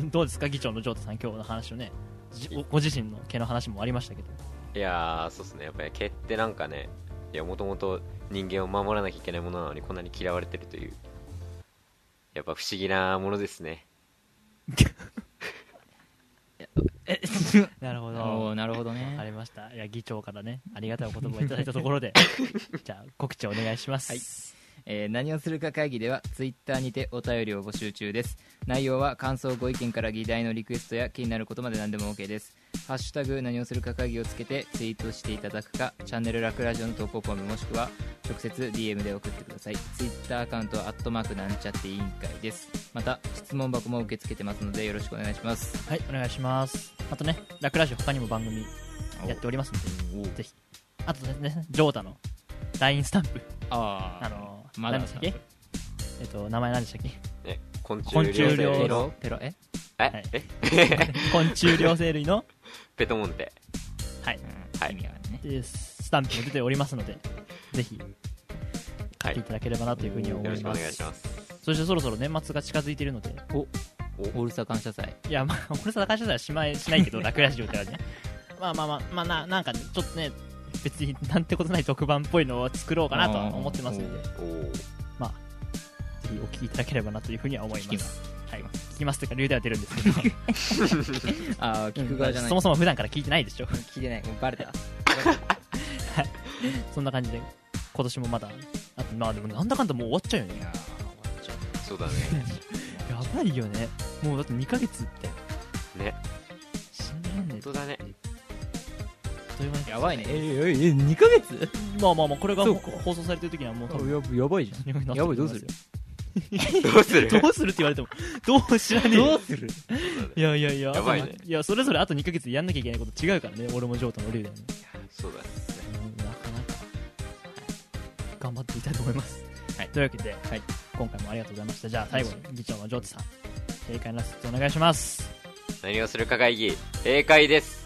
Speaker 2: ど どうですか議長のジョータさん今日の話をねじごご自身の毛の話もありましたけど
Speaker 3: んいやーそうっすねやっぱり毛ってなんかねいやもともと人間を守らなきゃいけないものなのにこんなに嫌われてるというやっぱ不思議なものですね
Speaker 4: え
Speaker 2: なるほ
Speaker 4: おー
Speaker 2: ど
Speaker 4: なるほど
Speaker 2: あ
Speaker 4: ね
Speaker 2: りましたいや議長からねありがたいお言葉をいただいたところでじゃあ告知お願いします、
Speaker 4: はいえー何をするか会議ではツイッターにてお便りを募集中です内容は感想ご意見から議題のリクエストや気になることまで何でも OK です「ハッシュタグ何をするか会議」をつけてツイートしていただくかチャンネルラクラジオの投稿フォームもしくは直接 DM で送ってくださいツイッターアカウントは「アットマークなんちゃって委員会」ですまた質問箱も受け付けてますのでよろしくお願いします
Speaker 2: はい、お願いします。あとね、ラクラジオ他にも番組
Speaker 4: お
Speaker 2: やっておりますので、
Speaker 4: お
Speaker 2: ぜひ。あとですね、ジョータの LINE スタンプ、
Speaker 4: あ
Speaker 2: あのー、
Speaker 4: まだ
Speaker 2: 何でしたっけえっと、名前何でしたっけ
Speaker 3: ね昆虫
Speaker 2: 昆虫
Speaker 3: 両生
Speaker 4: ペ
Speaker 2: 量
Speaker 4: ロペロえ
Speaker 3: え、
Speaker 2: はい
Speaker 3: え
Speaker 2: 昆虫両生類の、
Speaker 3: ペトモンテ
Speaker 2: はい、
Speaker 3: はい
Speaker 4: 意味があるね
Speaker 2: えースタンプも出ておりますので、ぜひ
Speaker 3: は
Speaker 2: 来
Speaker 3: い
Speaker 2: てい
Speaker 3: よ
Speaker 2: ただければなというふうに思
Speaker 3: ろ
Speaker 2: い
Speaker 3: しくお
Speaker 2: ま
Speaker 3: 願い
Speaker 2: す。
Speaker 3: します
Speaker 2: そしてそろそろ年末が近づいているので、
Speaker 4: オールスター感謝祭
Speaker 2: いや、まあ、 俺さ、会社ではしまいしないけど、ラクラジオではね。まあまあまあ、まあな、なんかね、ちょっとね、別になんてことない特番っぽいのを作ろうかなとは思ってますので。
Speaker 3: おー
Speaker 2: まあ、ぜひお聞きいただければなというふうには思い
Speaker 4: 聞
Speaker 2: ま。
Speaker 4: きます
Speaker 2: はい、聞きますというか、流では出るんです けど、
Speaker 4: ああ聞く側じゃない
Speaker 2: そもそも普段から聞いてないでしょ。
Speaker 4: 聞いてないもうバレた
Speaker 2: そんな感じで、今年もまだ、あとまあでもなんだかんだもう終わっちゃうよ
Speaker 4: い
Speaker 2: ね。
Speaker 4: やー終わっちゃう
Speaker 3: そう だね
Speaker 2: やばいよね。もうだって2ヶ月って、
Speaker 3: ね
Speaker 2: 死んでるんで
Speaker 3: 本、当だね
Speaker 2: あっという間に。
Speaker 4: やばいねええええ2ヶ月
Speaker 2: まあまあまあ、これが
Speaker 4: そうか
Speaker 2: 放送されてる時にはもう多分、
Speaker 4: ややばいじ
Speaker 2: や
Speaker 4: やばいどうする
Speaker 3: どうす る
Speaker 2: どうするって言われても、どう知らねえよ
Speaker 4: どうする
Speaker 2: いやいやいや、
Speaker 3: やばいね
Speaker 2: いや、それぞれあと2ヶ月やんなきゃいけないこと違うからね、俺もジョータもリュウだよね。
Speaker 3: そうだね
Speaker 2: なかなか頑張っていきたいと思います、
Speaker 4: はい
Speaker 2: というわけで、
Speaker 4: い
Speaker 2: 今回もありがとうございましたじゃあ最後に議長のジョージさん閉会の説明お願いします
Speaker 3: 何をするか会議閉会です